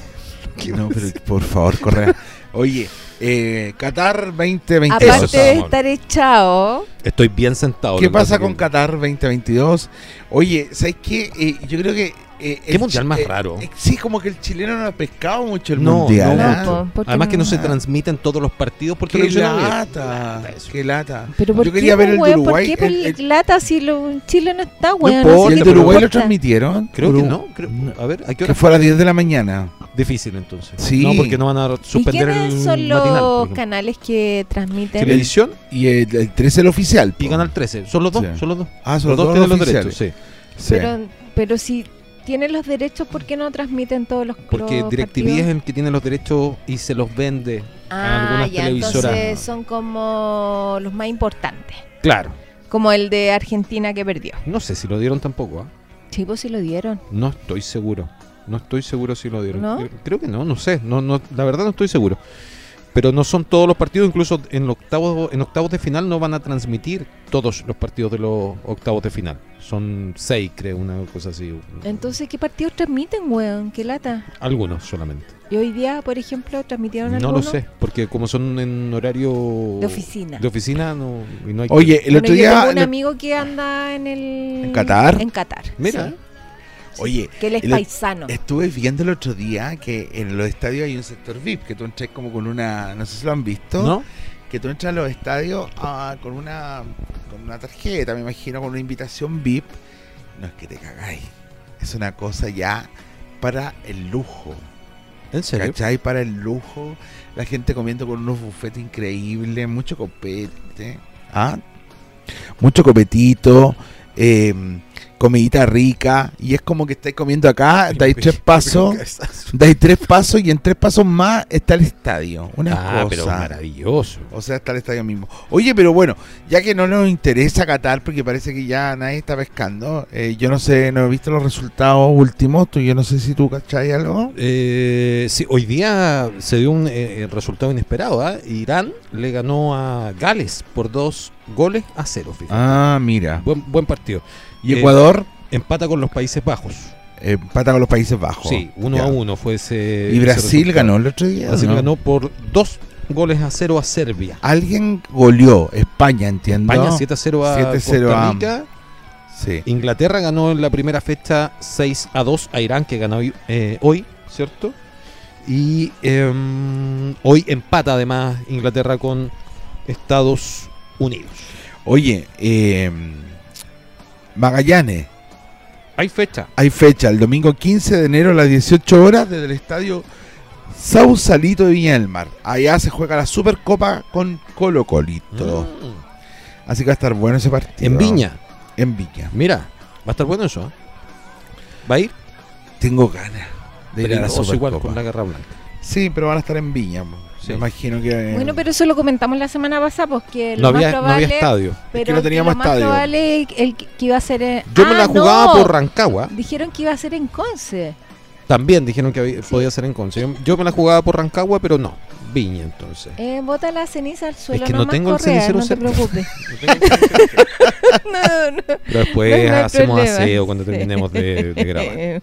No, pero por favor, Correa. Oye, eh, Qatar 2022.
Eso
Aparte de
estábamos
estar echado,
Estoy bien sentado.
¿Qué
lo que
pasa
que-
con Qatar 2022? Oye, ¿sabes qué? Eh, yo creo que... eh,
¿Qué
el
mundial
chi-
más
eh,
raro?
eh, sí, como que el chileno no ha pescado mucho el
No,
mundial.
no,
¿ah?
po, porque
Además que no se
no?
transmiten todos los partidos porque lo
¡Qué
hicieron bien.
lata!
Lata eso.
¡Qué lata!
Pero ¿por
yo quería
qué,
ver el de
weón?
Uruguay.
¿Por qué por
el- el-
lata si lo, en Chile no está, weón?
no importa,
Así
¿El de
que no
Uruguay lo
importa.
transmitieron?
Creo
Uru-
que no. creo- a ver, ¿a qué
Que
hora?
fue a las 10 de la mañana.
Difícil entonces.
Sí.
No, porque no van a
¿Y
suspender
quiénes
el
son
matinal, por
los
ejemplo.
canales que transmiten?
Televisión
Y el, el 13 el oficial.
y
po.
Canal 13. Son los dos,
Sí.
son los dos.
Ah, son
Los dos tienen los derechos,
oficiales.
sí.
Sí.
Pero, pero si tienen los derechos, ¿por qué no transmiten todos los
Porque
los
DirecTV es
partidos?
el que tiene los derechos y se los vende.
Ah,
algunas
ya,
televisoras.
entonces son como los más importantes.
Claro.
Como el de Argentina que perdió.
No sé si lo dieron tampoco, ¿ah?
Chicos, si lo dieron.
No estoy seguro. No estoy seguro si lo dieron.
¿No?
Cre- Creo, que no, no sé. No, no, la verdad no estoy seguro. Pero no son todos los partidos, incluso en octavos, en octavos de final no van a transmitir todos los partidos de los octavos de final. Son seis, creo, una cosa así.
Entonces, ¿qué partidos transmiten, weón? ¿Qué lata?
Algunos solamente.
Y hoy día, por ejemplo, transmitieron
No lo
algunos?
sé, porque como son en horario
De oficina.
de oficina, no, y no hay...
Oye, el
Bueno,
otro
yo
día...
tengo un
lo-
amigo que anda en el...
¿En Qatar?
En Qatar,
Mira.
sí.
Oye,
Que él es
el-
paisano.
Estuve viendo el otro día que en los estadios hay un sector VIP, que tú entras como con una, no sé si lo han visto,
¿no?
que tú entras a los estadios ah, con una con una tarjeta, me imagino, con una invitación VIP. No es que te cagáis, es una cosa ya para el lujo,
¿En serio?
¿cachai? Para el lujo, la gente comiendo con unos bufetes increíbles, mucho copete, ¿ah? mucho copetito, eh, comidita rica, y es como que estáis comiendo acá, dais tres pasos. Dais tres pasos y en tres pasos más está el estadio. Una
Ah,
cosa.
pero maravilloso.
O sea, está el estadio mismo. Oye, pero bueno, ya que no nos interesa Qatar, porque parece que ya nadie está pescando, eh, yo no sé, no he visto los resultados últimos, tú, yo no sé si tú cachai algo.
Eh, sí, hoy día se dio un eh, resultado inesperado. ¿ah? Irán le ganó a Gales por dos goles a cero. fíjate.
Ah, mira.
Buen, buen partido.
Y
Eh,
Ecuador
empata con los Países Bajos.
empata con los Países Bajos.
Sí, uno
Ya.
a uno fue ese.
Y
ese
Brasil
resultado.
ganó el otro día.
Brasil
¿no?
ganó por dos goles a cero a Serbia.
Alguien goleó España, entiendo.
España 7 a 0 a
7-0
Costa
a-
Rica.
Sí.
Inglaterra ganó en la primera fecha 6 a 2 a Irán, que ganó hoy, eh, hoy, ¿cierto? Y em, hoy empata además Inglaterra con Estados Unidos.
Oye, eh, Magallanes.
Hay fecha.
Hay fecha, el domingo 15 de enero a las 18 horas desde el estadio Sausalito de Viña del Mar. Allá se juega la Supercopa con Colo Colito.
Mm.
Así que va a estar bueno ese partido.
En Viña.
En Viña.
Mira, va a estar bueno eso. ¿eh? ¿Va a ir?
Tengo ganas de ir a la
Peligroso igual
Supercopa.
con la Guerra Blanca.
Sí, pero van a estar en Viña. po.
Sí.
Me imagino que.
Bueno, pero eso lo comentamos la semana pasada, pues que lo
No
más
había, no
probable.
había estadio.
pero
que no teníamos
lo más
estadio.
probable es el que que iba a ser en.
Yo me
Ah,
la jugaba
no.
por Rancagua.
Dijeron que iba a ser en Conce.
También dijeron que había- podía ser en Conce. Yo, yo me la jugaba por Rancagua, pero no. Viña, entonces.
Eh, bota la ceniza al suelo.
que no
nomás,
tengo el
Correa,
cenicero
No te
cerca.
preocupes. no, no.
Pero después
No, no hay
hacemos
problema.
aseo cuando
Sí.
terminemos de, de grabar.
No hay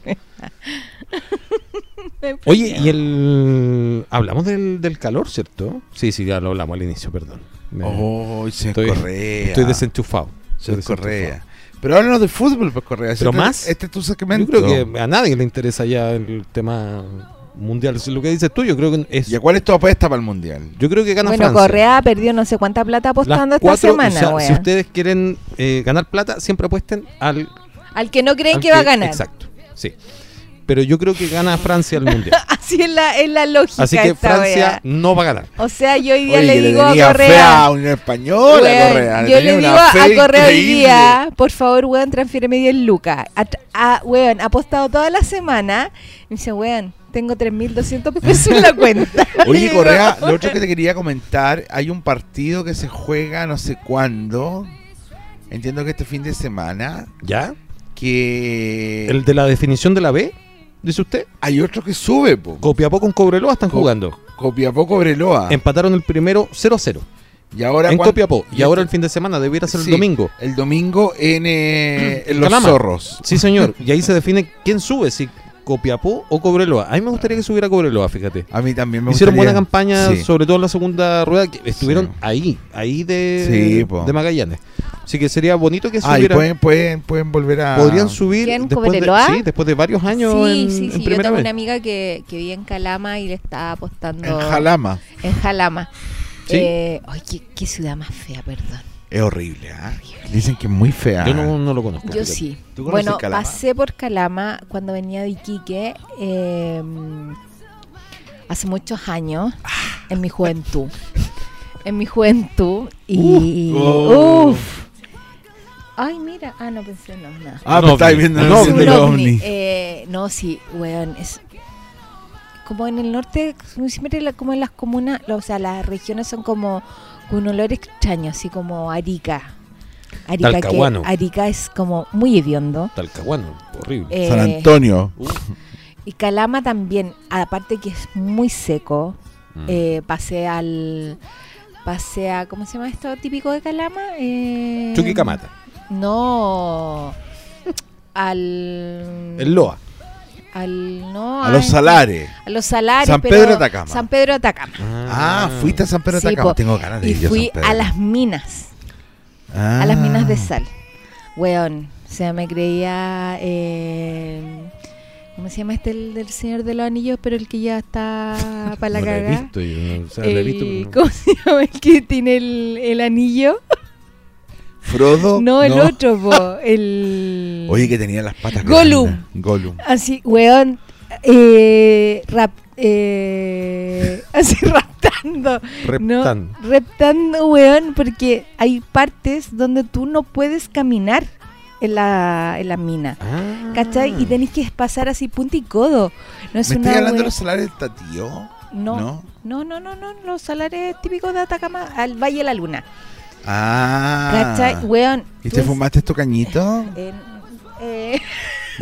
Oye,
problema.
y el. Hablamos del, del calor, ¿cierto? Sí, sí, ya lo hablamos al inicio, perdón. Me-
Oh, se
Estoy-
Correa.
Estoy desenchufado.
Señor
Estoy
Correa. Pero háblanos de fútbol, pues Correa.
Pero
este,
más,
Este es tu
Yo
segmento.
creo que a nadie le interesa ya el tema mundial. Lo que dices tú, yo creo que es.
¿Y a cuál es tu apuesta para el mundial?
Yo creo que gana
bueno,
Francia.
Correa perdió no sé cuánta plata
Las
apostando esta
cuatro, o
semana,
sea,
wea.
Si ustedes quieren eh, ganar plata, siempre apuesten al.
Al que no creen
al
que va a ganar.
Exacto. Sí. Pero yo creo que gana Francia el mundial.
Así es la, es la lógica
Así que
esta
Francia
wea.
no va a ganar.
O sea, yo hoy día
Oye,
le
que
digo a
tenía
Correa.
Fea a Unión Española,
Weón,
Correa.
yo
tenía
le
una
digo a
fe
Correa hoy
increíble.
día, por favor, weón, transfiéreme 10 lucas. A, a- weón, ha apostado toda la semana. Me dice, weón, tengo 3.200 pesos en la cuenta.
Oye,
Digo,
Correa, lo otro que te quería comentar, hay un partido que se juega no sé cuándo, entiendo que este fin de semana,
¿Ya?
que
¿El de la definición de la B? Dice usted.
hay otro que sube, po.
Copiapó con Cobreloa están
Co-
jugando.
Copiapó Cobreloa.
Empataron el primero 0-0
y Ah. ahora
en
cuan-
Copiapó. Y ahora el fin de semana, debiera ser el
Sí,
domingo.
El domingo en, eh, en Los
Calama.
Zorros.
Sí, señor. Y ahí se define quién sube, si Copiapó o Cobreloa. A mí me gustaría que subiera Cobreloa, fíjate.
A mí también me
Hicieron buena
gustaría-
campaña,
Sí.
sobre todo en la segunda rueda, que estuvieron ahí, ahí de,
Sí, po.
de Magallanes. Así que sería bonito que
Ah, y
subieran.
pueden, pueden, pueden volver a...
podrían subir
¿Quién,
después de,
Cobreloa?
sí, después de varios años
Sí,
en,
sí,
en
sí. Yo
primera
tengo
vez.
una amiga que, que vive en Calama y le está apostando.
En Jalama.
en Jalama.
Sí.
Eh, ay, qué, qué ciudad más fea, perdón.
Es horrible, ¿ah? Dicen que es muy fea.
Yo no, no lo conozco.
Yo sí.
¿Tú conoces
Bueno,
Calama?
pasé por Calama cuando venía de Iquique eh, hace muchos años,
Ah.
en mi juventud. En mi juventud. Y.
oh.
uf. Ay, mira. Ah, no pensé, no, nada.
Ah,
Un
pero estáis
ovni.
viendo
Un
el
ovni.
Es un
del
ovni.
ovni.
Eh, no, sí, weón, es como en el norte, como siempre la- como en las comunas, lo- o sea, las regiones son como con un olor extraño, así como Arica. Arica, que,
Talcahuano.
Arica es como muy hediondo.
Talcahuano, horrible.
Eh,
San Antonio.
y Calama también, aparte que es muy seco,
Mm.
eh, pasé al... Pasé a, ¿cómo se llama esto típico de Calama? Eh,
Chuquicamata,
No, al...
el Loa.
Al, no,
A los
al-
salares.
A los salarios.
San
pero-
Pedro Atacama.
San Pedro Atacama.
Ah, fuiste a San Pedro de
Sí,
Atacama.
po.
Tengo ganas de
Y
ir yo a Ah, San
fui
Pedro.
a las minas,
Ah.
a las minas de sal. Weón, o sea, me creía... eh, ¿Cómo se llama este el del Señor de los Anillos? Pero el que ya está para la
No la he
cagada.
visto yo, o sea, la he visto,
El-
pero no.
¿Cómo se llama el que tiene el, el anillo?
Frodo.
No, el otro, po, el...
Oye, que tenía las patas.
Gollum.
grandes. Gollum.
Así, weón, eh, rap, eh, así raptando.
Reptan.
No, reptando, weón, porque hay partes donde tú no puedes caminar en la, en la mina.
Ah.
¿Cachai? Y tenés que pasar así punta y codo. No es
¿Me
una
estás hablando de
wea-
los salarios del tatío?
no, no.
¿No?
No, no, no, los salares típicos de Atacama al Valle de la Luna.
Ah.
¿Cachai? Weón.
¿Y
tú
te
es-
fumaste tu cañito?
en- eh,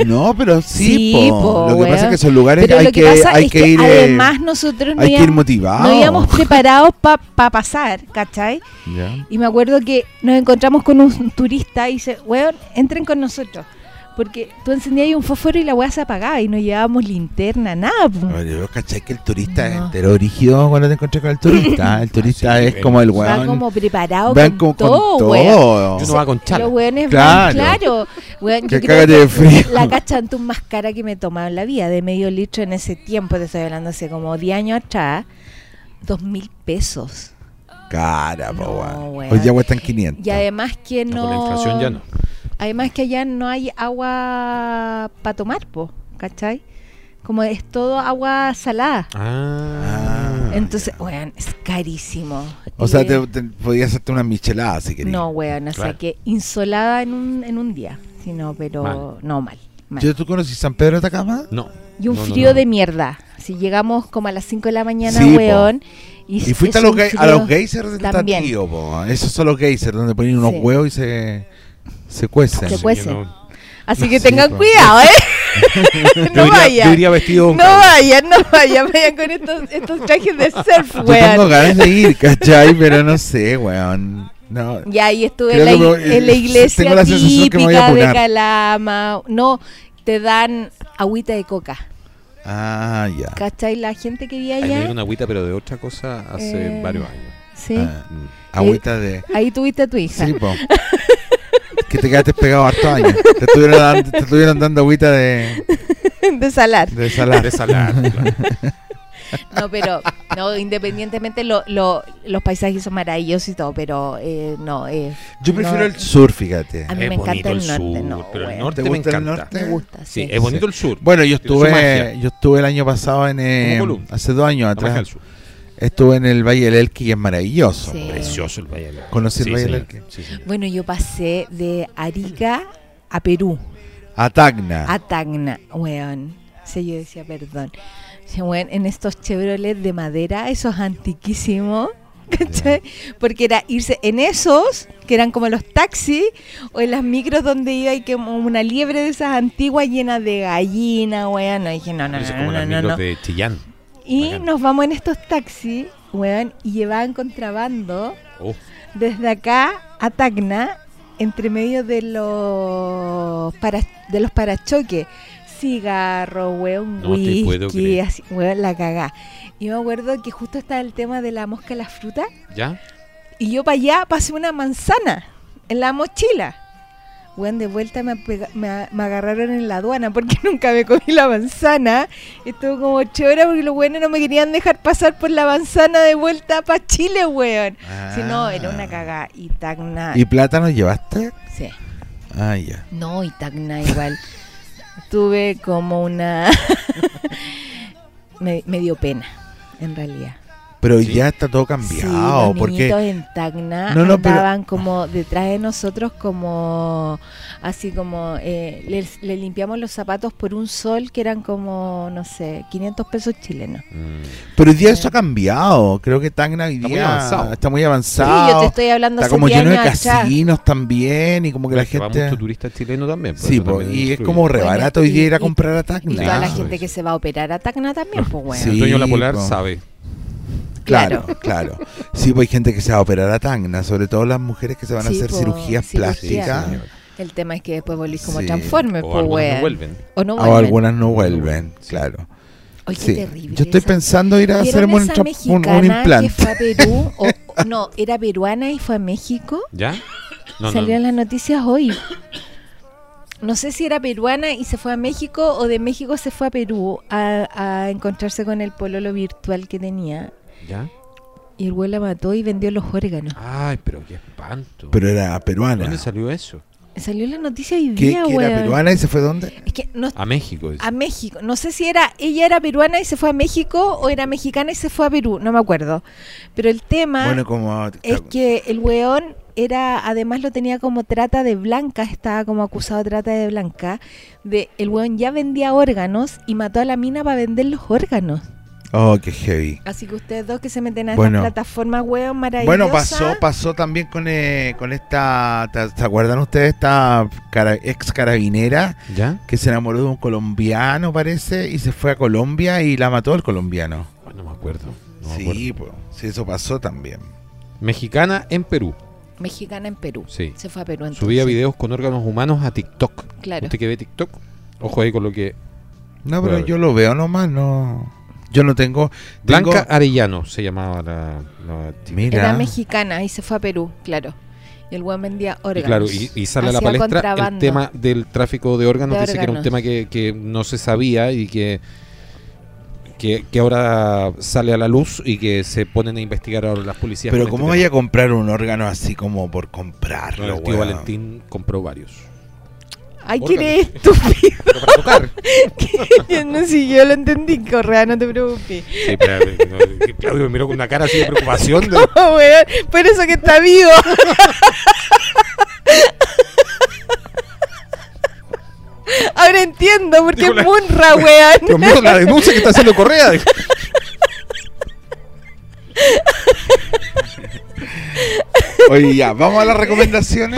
No, pero sí,
Sí,
po.
po,
Lo que pasa
weón.
es que esos lugares
Pero
hay
lo que,
que,
pasa
hay
es
que,
que
ir, eh,
además nosotros no
hay que ir
íbamos,
motivados.
no íbamos preparados para pasar, ¿cachai?
Ya.
Y me acuerdo que nos encontramos con un turista y dice, weón, entren con nosotros. Porque tú encendías ahí un fósforo y la weá se apagaba y no llevábamos linterna, nada. po.
Oye, vos cachai que el turista es
No.
entero rígido cuando te encontré con el turista. El turista
sí,
es
ven.
como el
Va
weón.
como preparado
Van
con,
como con
todo, weón.
todo.
Yo no va con chala.
Los weones
Claro.
van, claro. Weón, yo
Que
creo
cágate de frío.
La cachantún más cara que me he tomado en la vida, de medio litro en ese tiempo, te estoy hablando hace como 10 años atrás, dos mil pesos.
Cara, po,
No,
weón.
weón. eh,
Hoy ya cuestan 500.
Y además que
No,
no...
con la inflación ya no.
Además que allá no hay agua para tomar, po, ¿cachai? Como es todo agua salada.
Ah.
Entonces, weón, es carísimo.
O
Y,
sea,
eh,
te, te- podías hacerte una michelada si querías.
No, weón, o sea
Claro.
que insolada en un, en un día, sino, pero
Mal.
no mal. mal.
¿Yo tú conocí San Pedro de Atacama?
No,
Y un
No, no,
frío
no.
de mierda. Si llegamos como a las 5 de la mañana,
Sí, po.
weón.
Y
es-
fuiste a
es
los,
un
ga- a
frío-
los geysers del
también.
Tatío, po.
Esos son los geysers donde ponen unos
Sí.
huevos y se, se cuecen.
Se
Yo
cuece.
no-
Así
No,
que
sí,
tengan
po.
cuidado,
yo
¿eh? no
iría- yo
vayan.
iría vestido de
Ah, No
un cabro.
vayan, no vayan. Vayan con estos, estos trajes de surf,
Yo tengo
weón.
ganas de ir, ¿cachai? Pero no sé, weón. No.
Y ahí estuve en
Creo
la,
que me
ig-
voy-
en la
eh,
iglesia
tengo la sensación que me voy a
típica de
apurar.
Calama. No, te dan agüita de coca.
Ah, ya.
¿Cachai? La gente que vi
Ahí me dieron
allá.
una agüita, pero de otra cosa hace
Eh.
varios años.
Sí.
Ah,
Mm.
agüita de.
Ahí tuviste a tu hija.
Sí, po. Que te quedaste pegado harto años. Te estuvieron dando, te estuvieron dando agüita de,
de salar.
de salar.
De salar, claro.
No, pero no, independientemente lo- lo- los paisajes son maravillosos y todo, pero eh, no, eh,
Yo prefiero
No.
el sur, fíjate.
A mí
Es
me encanta
bonito
el norte,
sur,
no,
pero el
bueno.
norte
¿Te
me
gusta el
encanta.
norte?
me gusta.
Sí,
Sí,
es bonito el sur.
Bueno, yo
Tiene su magia.
estuve, yo estuve el año pasado en eh,
Como Colum.
hace dos años
La magia del
atrás.
sur.
Estuve en el Valle del Elqui y es maravilloso.
Sí.
Precioso el Valle del Elqui.
Conocí el Valle del
señor.
Elqui.
Sí, señor.
Bueno, yo pasé de Arica a Perú,
A Tacna.
a Tacna, weón. Sí, yo decía, perdón. Sí, weón, en estos Chevrolet de madera, esos antiquísimos. ¿cachai? Porque era irse en esos, que eran como los taxis, o en las micros donde iba y que como una liebre de esas antiguas llena de gallina, weón. No, dije, no, no,
Eso es
no,
como
Ah, no,
las
no,
micros
no.
de Chillán.
Y
Bacán.
nos vamos en estos taxis, weón, y llevaban contrabando
Oh,
desde acá a Tacna, entre medio de los para, de los parachoques, cigarro, weón,
No te
whisky,
puedo creer.
así, weón, la cagá. Y me acuerdo que justo estaba el tema de la mosca en la fruta,
¿ya?
y yo para allá pasé una manzana en la mochila. Weón, de vuelta me, apega- me, a- me agarraron en la aduana porque nunca me comí la manzana. Estuvo como ocho horas porque los weones no me querían dejar pasar por la manzana de vuelta para Chile, weón. Si no, era una cagada. Y Tacna.
Ah. ¿Y plátano llevaste?
Sí.
Ah, ya.
No, y Tacna igual. Tuve como una. me, me dio pena, en realidad.
Pero
Sí.
ya está todo cambiado.
sí, los
porque
niñitos en Tacna
No, no, pero-
andaban como detrás de nosotros, como. Así como. eh, les- le limpiamos los zapatos por un sol que eran como, no sé, 500 pesos chilenos.
Mm.
Pero hoy día eso ha cambiado. Creo que Tacna hoy
Está
día
muy avanzado.
está muy
Sí,
avanzado.
yo te estoy hablando
está
hace
como
10
lleno de
años atrás.
casinos también y como que la
Que va mucho
gente...
turista chileno también. por
Sí,
eso
po,
también
y es
influye.
como rebarato hoy
y-
día ir a
y-
comprar a
Y toda la
Claro.
Tacna.
gente que se va a operar a Tacna también, pues bueno.
El dueño de la
Sí,
polar
po.
sabe.
Claro, claro. Sí, pues hay gente que se va a operar a Tacna, sobre todo las mujeres que se van a
Sí,
hacer
po,
cirugías
cirugía.
Sí,
plásticas.
señor.
El tema es que después volvís como
Sí.
transforme,
O
pues,
algunos no
weón.
vuelven.
O no
O
vuelven.
algunas no vuelven, claro.
Oye,
Sí.
qué terrible.
Yo estoy
esa-
pensando ir a
¿Vieron
hacerme un,
esa
tra- un- un
mexicana
implante.
Que fue a Perú, o, o- no, era peruana y fue a México.
¿Ya? No, no,
Salió en
no.
las noticias hoy. No sé si era peruana y se fue a México o de México se fue a Perú a, a encontrarse con el pololo virtual que tenía.
¿Ya?
Y el güey la mató y vendió los órganos.
Ay, pero qué espanto.
Pero era peruana.
¿Dónde salió eso?
Salió en la noticia hoy
¿Qué,
día,
que
güey.
era peruana y se fue dónde?
Es que no
A México. dice.
a México. No sé si era ella era peruana y se fue a México o era mexicana y se fue a Perú, no me acuerdo. Pero el tema
Bueno, como...
Ah, es que el weón era, además lo tenía como trata de blanca, estaba como acusado de trata de blanca, de el weón ya vendía órganos y mató a la mina para vender los órganos.
Oh, qué heavy.
Así que ustedes dos que se meten a
Bueno.
estas plataformas, weón, maravillosas.
Bueno, pasó, pasó también con, eh, con esta, ¿te, te acuerdan ustedes? Esta cara- ex carabinera
¿Ya?
que se enamoró de un colombiano, parece, y se fue a Colombia y la mató el colombiano.
Ay, no me acuerdo. no me
sí,
acuerdo.
po, sí, eso pasó también.
Mexicana en Perú.
Mexicana en Perú.
Sí.
Se fue a Perú entonces.
Subía videos con órganos humanos a TikTok.
Claro.
Usted que ve TikTok, ojo ahí con lo que. Puede
No, pero
haber.
yo lo veo nomás, no. Yo no tengo. tengo-
Blanca Arellano se llamaba la. la chica.
mira.
Era mexicana y se fue a Perú, claro. Y el weón vendía
Y
órganos.
claro, y, y sale a la
Hacía
palestra el
contrabando.
tema del tráfico de órganos.
De
dice que era un tema
órganos.
que, que no se sabía y que, que, que ahora sale a la luz y que se ponen a investigar ahora las policías.
Pero
con
¿cómo vaya
este
a comprar un órgano así como por
tema.
comprarlo?
El tío
weón?
Valentín compró varios.
Ay, que
Órganos.
eres estúpido.
Pero para tocar.
Yo no, sí, yo lo entendí, Correa, no te preocupes.
Sí, pero, eh, no, que Claudio me miró con una cara así de preocupación. de-
Oh, weón, por eso que está vivo. Ahora entiendo por qué
Digo, la-
Munra, weón.
Dios mío, la denuncia que está haciendo Correa.
Oye, ya, vamos a las recomendaciones.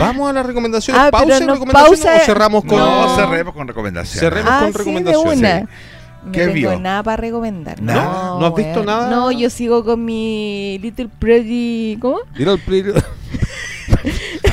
Vamos a las recomendaciones.
Ah,
pausa
pero
en
no,
recomendaciones
pausa-
o cerramos con.
No,
No.
cerremos con recomendaciones.
Cerremos.
Ah,
con
sí, de
recomendaciones.
una. No
¿Qué
tengo
vio?
nada para recomendar.
¿No?
No,
¿No has visto
weón.
nada?
No, yo sigo con mi Little Pretty. ¿Cómo?
Little Pretty-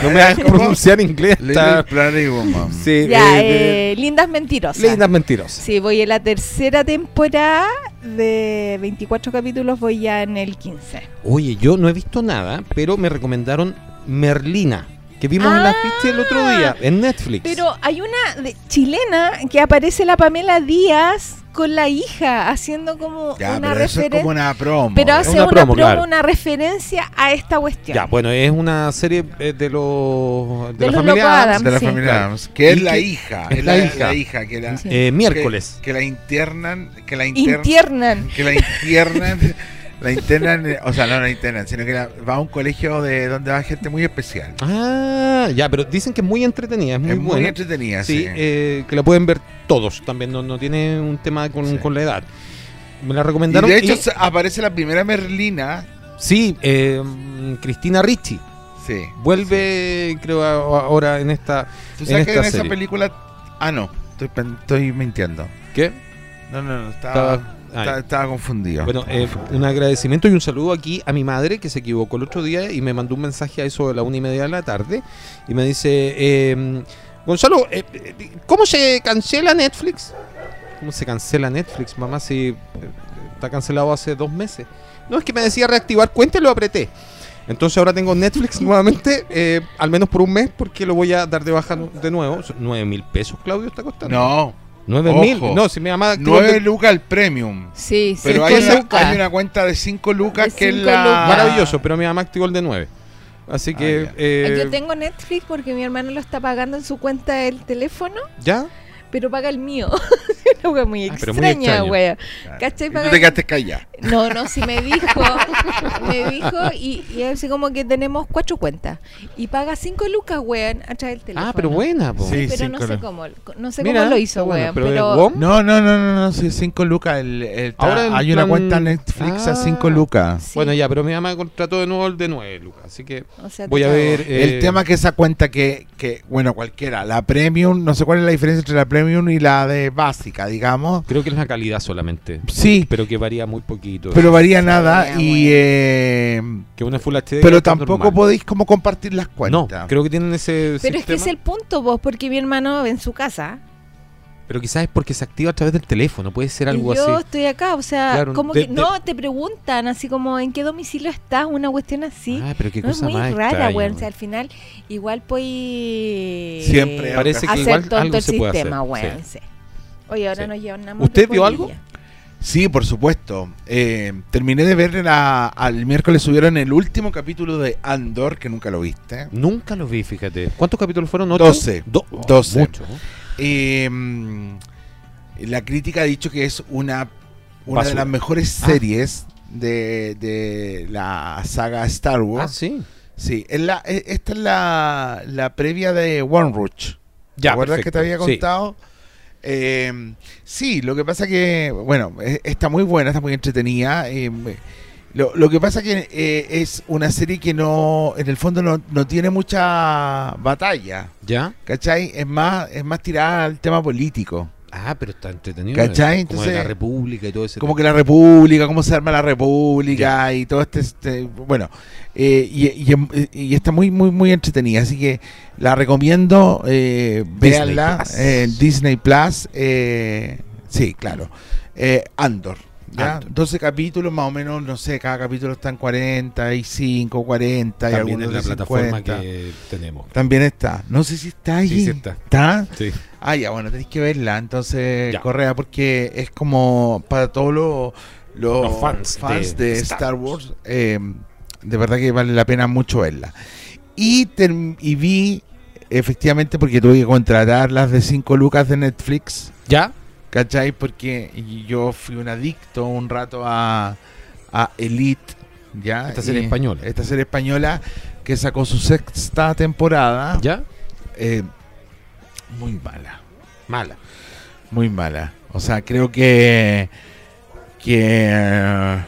no me hagas pronunciar inglés.
Little
está-
Pretty Woman.
Sí,
ya,
eh, de-
eh, Lindas Mentirosas.
Leyendas mentirosas.
Sí, voy en la tercera temporada de 24 capítulos, voy ya en el 15.
Oye, yo no he visto nada, pero me recomendaron Merlina, que vimos en la
Ah.
ficha el otro día en Netflix.
Pero hay una de- chilena que aparece la Pamela Díaz con la hija haciendo como
Ya,
una
pero eso es
referencia.
como una promo.
Pero
¿eh?
hace
Una
una,
promo,
promo,
claro.
una referencia a esta cuestión.
ya, bueno, es una serie eh, de los de,
De
la
los
familia
Loco
Adams.
Adams,
de la
sí.
familia
Claro.
Adams, que es
Y
la
que-
hija,
es
es
la
la,
hija.
la hija que la
Sí.
Eh, miércoles.
que, que la internan, que la internan,
Internan.
que la internan, la internan, eh, o sea, no la internan, sino que la- va a un colegio de donde va gente muy especial.
Ah, ya, pero dicen que es muy entretenida, es muy
es
buena.
muy entretenida,
Ah, sí,
sí.
eh, que la pueden ver todos también, no, no tiene un tema con,
Sí.
con la edad. Me la
y
recomendaron.
de hecho
y-
se- aparece la primera Merlina,
sí, eh, mm, Cristina Ricci.
sí.
Vuelve, creo, a- a- ahora en esta.
¿Tú
en
sabes que
esta
en esa
serie.
película ah no, estoy, pen- estoy mintiendo.
¿Qué?
No, no, no, estaba
Estaba- ah,
estaba- estaba confundido.
Bueno, eh, un agradecimiento y un saludo aquí a mi madre que se equivocó el otro día y me mandó un mensaje a eso de la una y media de la tarde y me dice, eh, Gonzalo, eh, eh, ¿cómo se cancela Netflix? ¿Cómo se cancela Netflix, mamá? Si eh, está cancelado hace dos meses. No, es que me decía reactivar cuenta y lo apreté. Entonces ahora tengo Netflix nuevamente, eh, al menos por un mes, porque lo voy a dar de baja nu- de nuevo. Son Nueve mil pesos, Claudio, está costando.
no,
Nueve mil.
ojo.
No, si mi mamá... activó el de-
9 lucas el premium.
Sí, sí.
Pero hay
cinco
una,
lucas.
hay una cuenta de 5 lucas
De
que es
cinco
la...
lucas.
Maravilloso, pero mi mamá activó el de 9. Así que.
Ah, ya.
eh,
Yo tengo Netflix porque mi hermano lo está pagando en su cuenta del teléfono,
¿Ya?
Ah,
pero paga el mío. una wea muy
Ah, pero muy
extraña,
extraño.
wea.
Claro.
¿Cachai?
Y tú
Para-
te quedaste callado.
No, no, sí me dijo, me dijo y, y así como que tenemos cuatro cuentas y paga cinco lucas, weón, a través del teléfono.
Ah, pero buena, po.
Sí,
Sí,
pero no
cinco
sé
lucas.
cómo, no sé
Mira,
cómo lo
está
hizo,
bueno,
weón,
pero
pero,
¿de WOM?
No, no, no, no, no, sí, 5 lucas. El, el- ta-
Ahora en
hay
plan-
una cuenta Netflix
Ah.
a 5 lucas.
sí,
Bueno, ya, pero mi mamá contrató de nuevo el de 9, Lucas. Así que
o sea,
voy a
te
ver.
cago.
eh,
El tema que esa cuenta que, que, bueno, cualquiera, la premium, no sé cuál es la diferencia entre la premium y la de básica, digamos.
Creo que es la calidad solamente.
Sí,
Pero que varía muy poquito.
pero varía nada
bueno.
y... eh,
que una Full HD.
pero
está
tampoco
normal.
podéis como compartir las
No,
cuentas.
creo que tienen ese.
Pero es que es
sistema,
el punto vos, porque mi hermano en su casa
Pero quizás es porque se activa a través del teléfono. Puede ser algo
y yo
así.
estoy acá, o sea,
Claro,
como
de-
que
de-
no te preguntan así como en qué domicilio estás, una cuestión así.
Ah, pero qué
no es
cosa
muy
más.
rara,
extraña,
weón.
weón.
O sea, al final, igual pues.
Siempre
Parece que
hacer
igual
tonto
algo
el
se puede
sistema,
hacer,
weón. sí. Oye, ahora
Sí.
nos llevan una
¿Usted vio algo?
motopolilla.
Sí, por supuesto. Eh, terminé de ver la- al miércoles subieron el último capítulo de Andor, que nunca lo viste.
Nunca lo vi, fíjate. ¿Cuántos capítulos fueron? ¿Ocho?
Doce.
Do- oh,
Doce.
Mucho.
Eh, mm, la crítica ha dicho que es una, una de
Basura.
las mejores
Ah.
series de, de la saga Star
Ah,
Wars.
sí.
sí, es la, e- esta es la, la previa de One Rush. ¿Te
Ya,
acuerdas que
perfecto.
te había
Sí.
contado? Eh, sí, lo que pasa que, bueno, e- está muy buena, está muy entretenida. eh, lo, lo que pasa que eh, es una serie que no, en el fondo no, no tiene mucha batalla,
¿Ya?
¿cachai? Es más, es más tirada al tema político.
Ah, pero está entretenido.
¿Cachai?
eh,
eso, Como de la
Entonces,
República y todo ese.
Como que la república, cómo se arma la república y todo este, este- bueno, eh, y, y- y está muy, muy, muy entretenida, así que la recomiendo, eh, véanla eh,
Plus.
en Disney Plus, eh, sí, claro, eh, Andor. ¿Ya?
Andor.
12 capítulos más o menos, no sé, cada capítulo están 45, 40 y
También
algunos
en la
de
plataforma
50.
que tenemos.
También está. No sé si está ahí.
Sí, sí está.
¿Está?
Sí.
Ah, ya, bueno, tenéis que verla, entonces,
Ya.
Correa, porque es como para todos los, los
Los fans
fans,
de
de,
Star
Star, Wars, eh, de verdad que vale la pena mucho verla. Y, term- y vi, efectivamente, porque tuve que contratar las de 5 lucas de Netflix,
¿Ya?
¿cachai? Porque yo fui un adicto un rato a, a Elite, ¿ya?
Esta serie
Y-
española.
Esta serie española que sacó su sexta temporada.
¿Ya?
eh, muy mala.
Mala.
Muy mala. O sea, creo que. que. eh,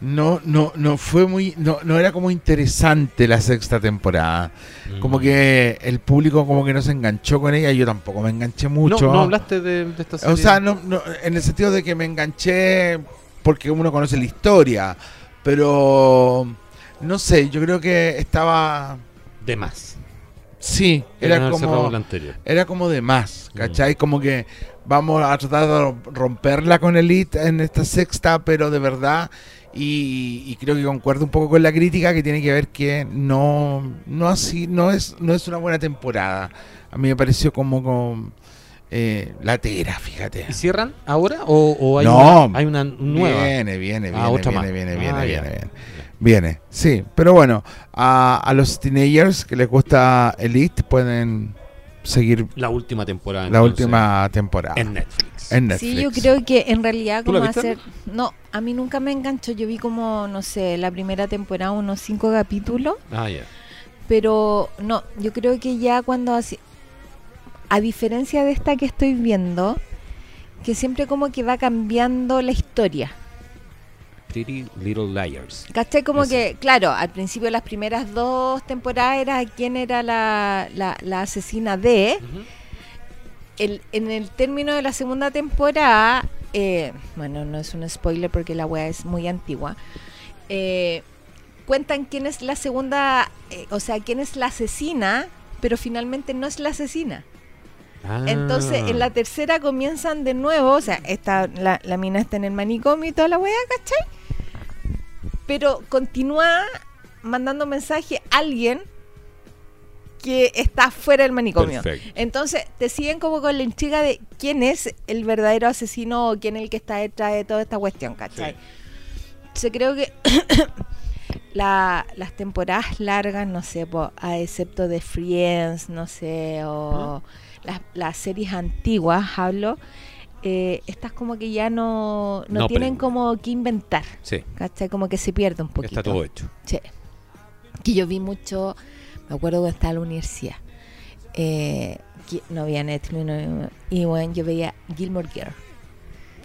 No, no, no fue muy. No, no era como interesante la sexta temporada.
Mm.
Como que el público como que no se enganchó con ella. Yo tampoco me enganché mucho.
No, no hablaste de, de esta serie.
O sea, no, no, en el sentido de que me enganché porque uno conoce la historia, pero no sé, yo creo que estaba,
de más.
sí,
Deben
era
haber cerrado
como,
la anterior.
era como de más, ¿cachai? Como que vamos a tratar de romperla con Elite en esta sexta, pero de verdad, y, y creo que concuerdo un poco con la crítica que tiene que ver que no, no así, no es, no es una buena temporada. A mí me pareció como, con eh, latera, fíjate.
¿Y cierran ahora o, o hay,
No.
una, hay una nueva?
Viene, viene, viene,
Ah, otra
viene,
más.
viene,
Ah,
viene,
ya.
viene, viene. Viene, sí. Pero bueno, a, a los teenagers que les gusta Elite pueden seguir
La última temporada.
la
Ah, entonces,
última temporada
En
en,
Netflix.
Netflix.
Sí, yo creo que en realidad
¿Tú la
como
viste?
hacer... No, a mí nunca me enganchó. Yo vi como, no sé, la primera temporada, unos cinco capítulos.
Ah, ya.
Pero no, yo creo que ya cuando hace- a diferencia de esta que estoy viendo, que siempre como que va cambiando la historia.
Pretty Little Liars.
¿Cachai? Como
Eso.
que, claro, al principio las primeras dos temporadas era quién era la, la- la asesina de.
Ujú.
El- en el término de la segunda temporada, eh, bueno, no es un spoiler porque la wea es muy antigua. eh, cuentan quién es la segunda, eh, o sea, quién es la asesina, pero finalmente no es la asesina.
Ah.
Entonces, en la tercera comienzan de nuevo, o sea, está, la, la mina está en el manicomio y toda la weá, ¿cachai? Pero continúa mandando mensaje a alguien que está fuera del manicomio.
Perfecto.
Entonces, te siguen como con la intriga de quién es el verdadero asesino o quién es el que está detrás de toda esta cuestión, ¿cachai? Yo creo que la- las temporadas largas, no sé, po, a excepto de Friends, no sé, o las, las series antiguas, hablo, eh, estas como que ya no, no
No
tienen
prenden.
como que inventar,
Sí,
¿cachai? Como que se pierde un poquito.
está todo hecho.
Sí. Que yo vi mucho, me acuerdo cuando estaba en la universidad. eh, que no había Netflix, no- y bueno, yo veía Gilmore Girl.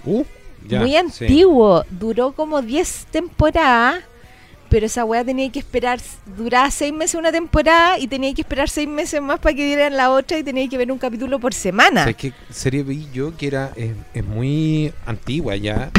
Uh, ya,
Muy
sí.
antiguo, duró como 10 temporadas, pero esa weá tenía que esperar, duraba 6 meses una temporada y tenía que esperar 6 meses más para que dieran la otra y tenía que ver un capítulo por semana.
¿Sabes qué serie vi yo que era es, es muy antigua ya?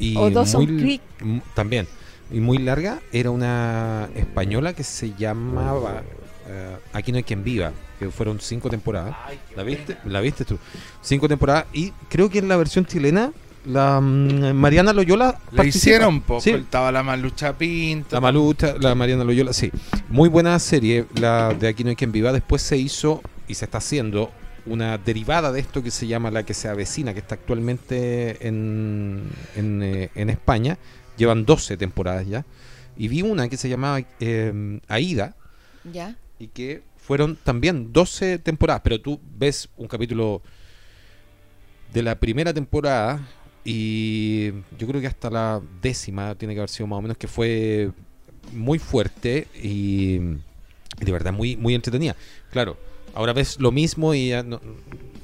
Y
O Dawson
muy-
Creek.
m- También. Y muy larga. Era una española que se llamaba eh, Aquí no hay quien viva. Que fueron cinco temporadas. ¿La viste? ¿La viste tú? Cinco temporadas. Y creo que en la versión chilena, la mm, Mariana Loyola
La
participa.
hicieron poco,
Sí.
estaba la Malucha Pinto.
La Malucha, la Mariana Loyola, sí. Muy buena serie, la de Aquí no hay quien viva. Después se hizo y se está haciendo una derivada de esto que se llama La que se avecina, que está actualmente en, en, eh, en España. Llevan 12 temporadas ya. Y vi una que se llamaba eh, Aida
¿Ya?
y que fueron también 12 temporadas, pero tú ves un capítulo de la primera temporada y yo creo que hasta la décima tiene que haber sido más o menos que fue muy fuerte y, y de verdad muy, muy entretenida. Claro, ahora ves lo mismo y ya no-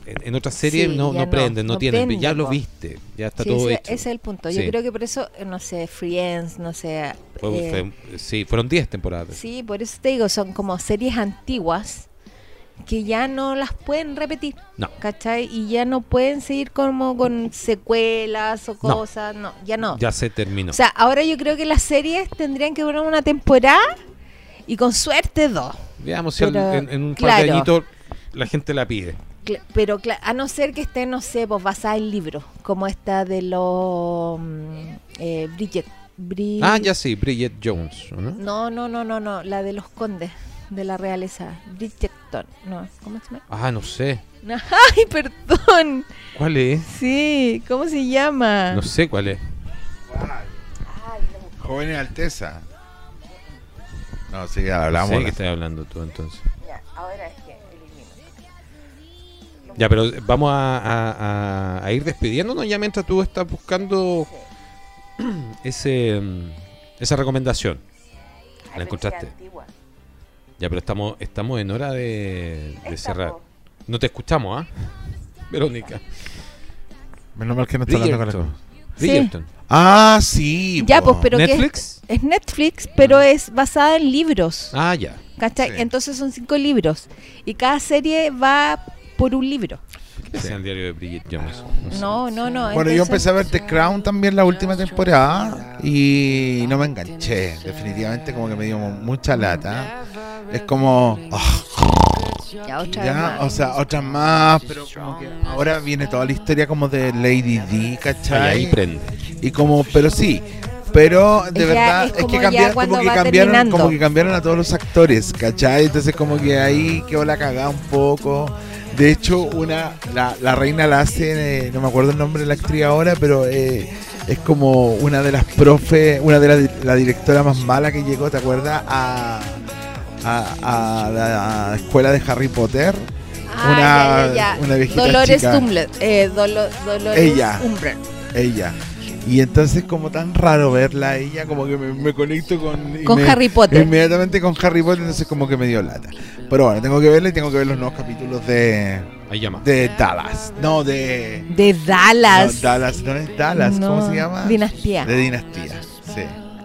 en, en otras series
Sí,
no,
ya
no
no,
prenden, no,
no
tienen,
prende,
ya lo
po.
viste, ya está
Sí,
todo
ese,
hecho.
ese es el punto.
Sí.
Yo creo que por eso, eh, no sé, Friends, no sé.
Fue-
eh,
fue- sí, fueron 10 temporadas.
Sí, por eso te digo, son como series antiguas que ya no las pueden repetir,
No.
¿cachai? Y ya no pueden seguir como con secuelas o
No.
cosas, no, ya no.
Ya se terminó.
O sea, ahora yo creo que las series tendrían que durar una temporada y con suerte dos.
Veamos si al-
pero,
en, en un par de
claro.
añitos la gente la pide.
Cla- Pero cla- a no ser que estén, no sé, pues basada en libros, como esta de los mm, eh, Bridget. Bri-
Ah, ya sí, Bridget Jones. ¿o ¿no?
No, no, no, no, no, la de los condes, de la realeza. Bridgerton, no, ¿cómo se llama?
Ah, no sé.
Ay, perdón.
¿Cuál es?
Sí, ¿cómo se llama?
No sé cuál es.
Jóvenes Alteza. No, sí, ya
No sé
hablamos.
qué estás hablando tú entonces.
Ya, ahora es que elimino.
Ya, pero vamos a, a- a- a ir despidiéndonos ya mientras tú estás buscando ese mm, esa recomendación. ¿La encontraste? Ya, pero estamos estamos en hora de, de cerrar. No te escuchamos, ¿ah? Verónica.
Menos mal que no está hablando con la
Bridgerton.
Sí.
Bridgerton.
Ah, sí.
Ya,
po.
pues, pero que es,
¿Netflix?
es Netflix, pero es basada en libros.
Ah, ya.
¿Cachai?
Sí.
Entonces son cinco libros. Y cada serie va por un libro.
¿Qué decía el diario de Bridget Jones?
No, no, no.
Bueno, yo
entonces-
empecé a ver The Crown también la última temporada y no me enganché. Definitivamente como que me dio mucha lata. Es como... ah,
Ya, otra vez
ya,
más.
o sea, otras más, pero como que ahora viene toda la historia como de Lady D,
Ahí, ahí
¿cachai?
prende.
Y como, pero sí. Pero de
Ya,
verdad
es
es
como
que
ya
cambiaron,
cuando
como que
va
cambiaron,
terminando.
como que cambiaron a todos los actores, ¿cachai? Entonces como que ahí quedó la cagada un poco. De hecho, una la, la reina la hace, eh, no me acuerdo el nombre de la actriz ahora, pero eh, es como una de las profe, una de las la directora más mala que llegó, ¿te acuerdas? A, a, a la escuela de Harry Potter.
Ah,
una-
ya, ya, ya.
una viejita
Dolores
chica.
Tumblr. Eh, Dolo- Dolores
Ella.
Umbrer.
ella. Y entonces como tan raro verla a ella, como que me, me conecto con... y
Con
me-
Harry Potter.
Inmediatamente con Harry Potter, entonces como que me dio lata. Pero bueno, tengo que verla y tengo que ver los nuevos capítulos de,
Ahí llama.
de Dallas. No, de...
De Dallas.
no, Dallas, no es Dallas, ¿cómo
No,
se llama?
Dinastía.
De Dinastía, sí.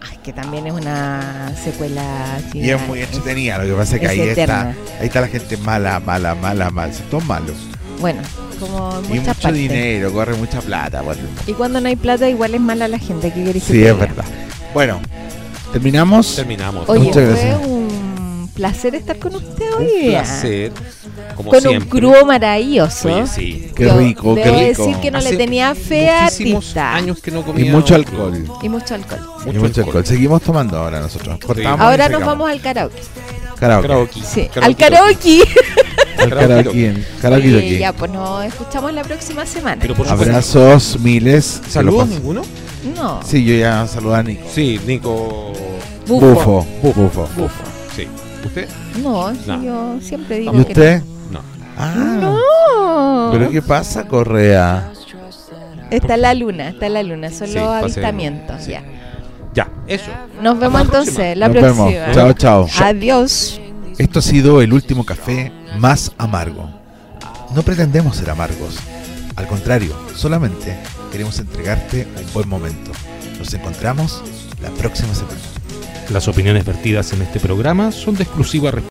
Ay, que también es una secuela china.
Y es muy entretenida, lo que pasa es que
Es
ahí
eterna.
está ahí está la gente mala, mala, mala, mala. Son todos malos.
Bueno, como en
Y
muchas
mucho
partes.
dinero, corre mucha plata. por el-
Y cuando no hay plata, igual es mala la gente que quiere
Sí, es verdad. Bueno, terminamos.
Terminamos.
Oye,
Muchas
fue
gracias.
un placer estar con usted hoy.
Un
día.
placer. Como
Con un
siempre.
grupo maravilloso.
Oye, sí.
Qué
Yo
rico, qué
debo
rico.
decir que no
Hace
le tenía fe a
Muchísimos
Tita.
años que no
Y
comía
mucho
algo.
alcohol.
Y mucho alcohol.
Y mucho alcohol. Seguimos tomando ahora nosotros. Cortamos
Ahora
y
nos
sacamos.
vamos al karaoke.
Karaoke.
Karaoke.
Sí,
Karaoke.
al karaoke.
Al karaoke. Karaoke.
Oye,
karaoke.
ya, pues nos escuchamos la próxima semana.
Pero por supuesto.
Abrazos, miles. Que lo
¿Saludos
pasen.
ninguno?
No.
Sí, yo ya saludo a Nico.
Sí, Nico.
Bufo. Bufo.
Bufo. Sí. ¿Usted?
No, sí,
No.
yo siempre digo
¿Y
que
usted?
No.
Ah.
no.
¿Pero qué pasa, Correa?
Está la luna, está la luna, son
Sí,
los
pase de
avistamientos.
luna, sí.
Ya.
Ya, eso.
Nos vemos entonces la
Nos
próxima. ¿eh?
vemos. Chao, chao.
Adiós.
Esto ha sido el último café más amargo. No pretendemos ser amargos. Al contrario, solamente queremos entregarte un buen momento. Nos encontramos la próxima semana.
Las opiniones vertidas en este programa son de exclusiva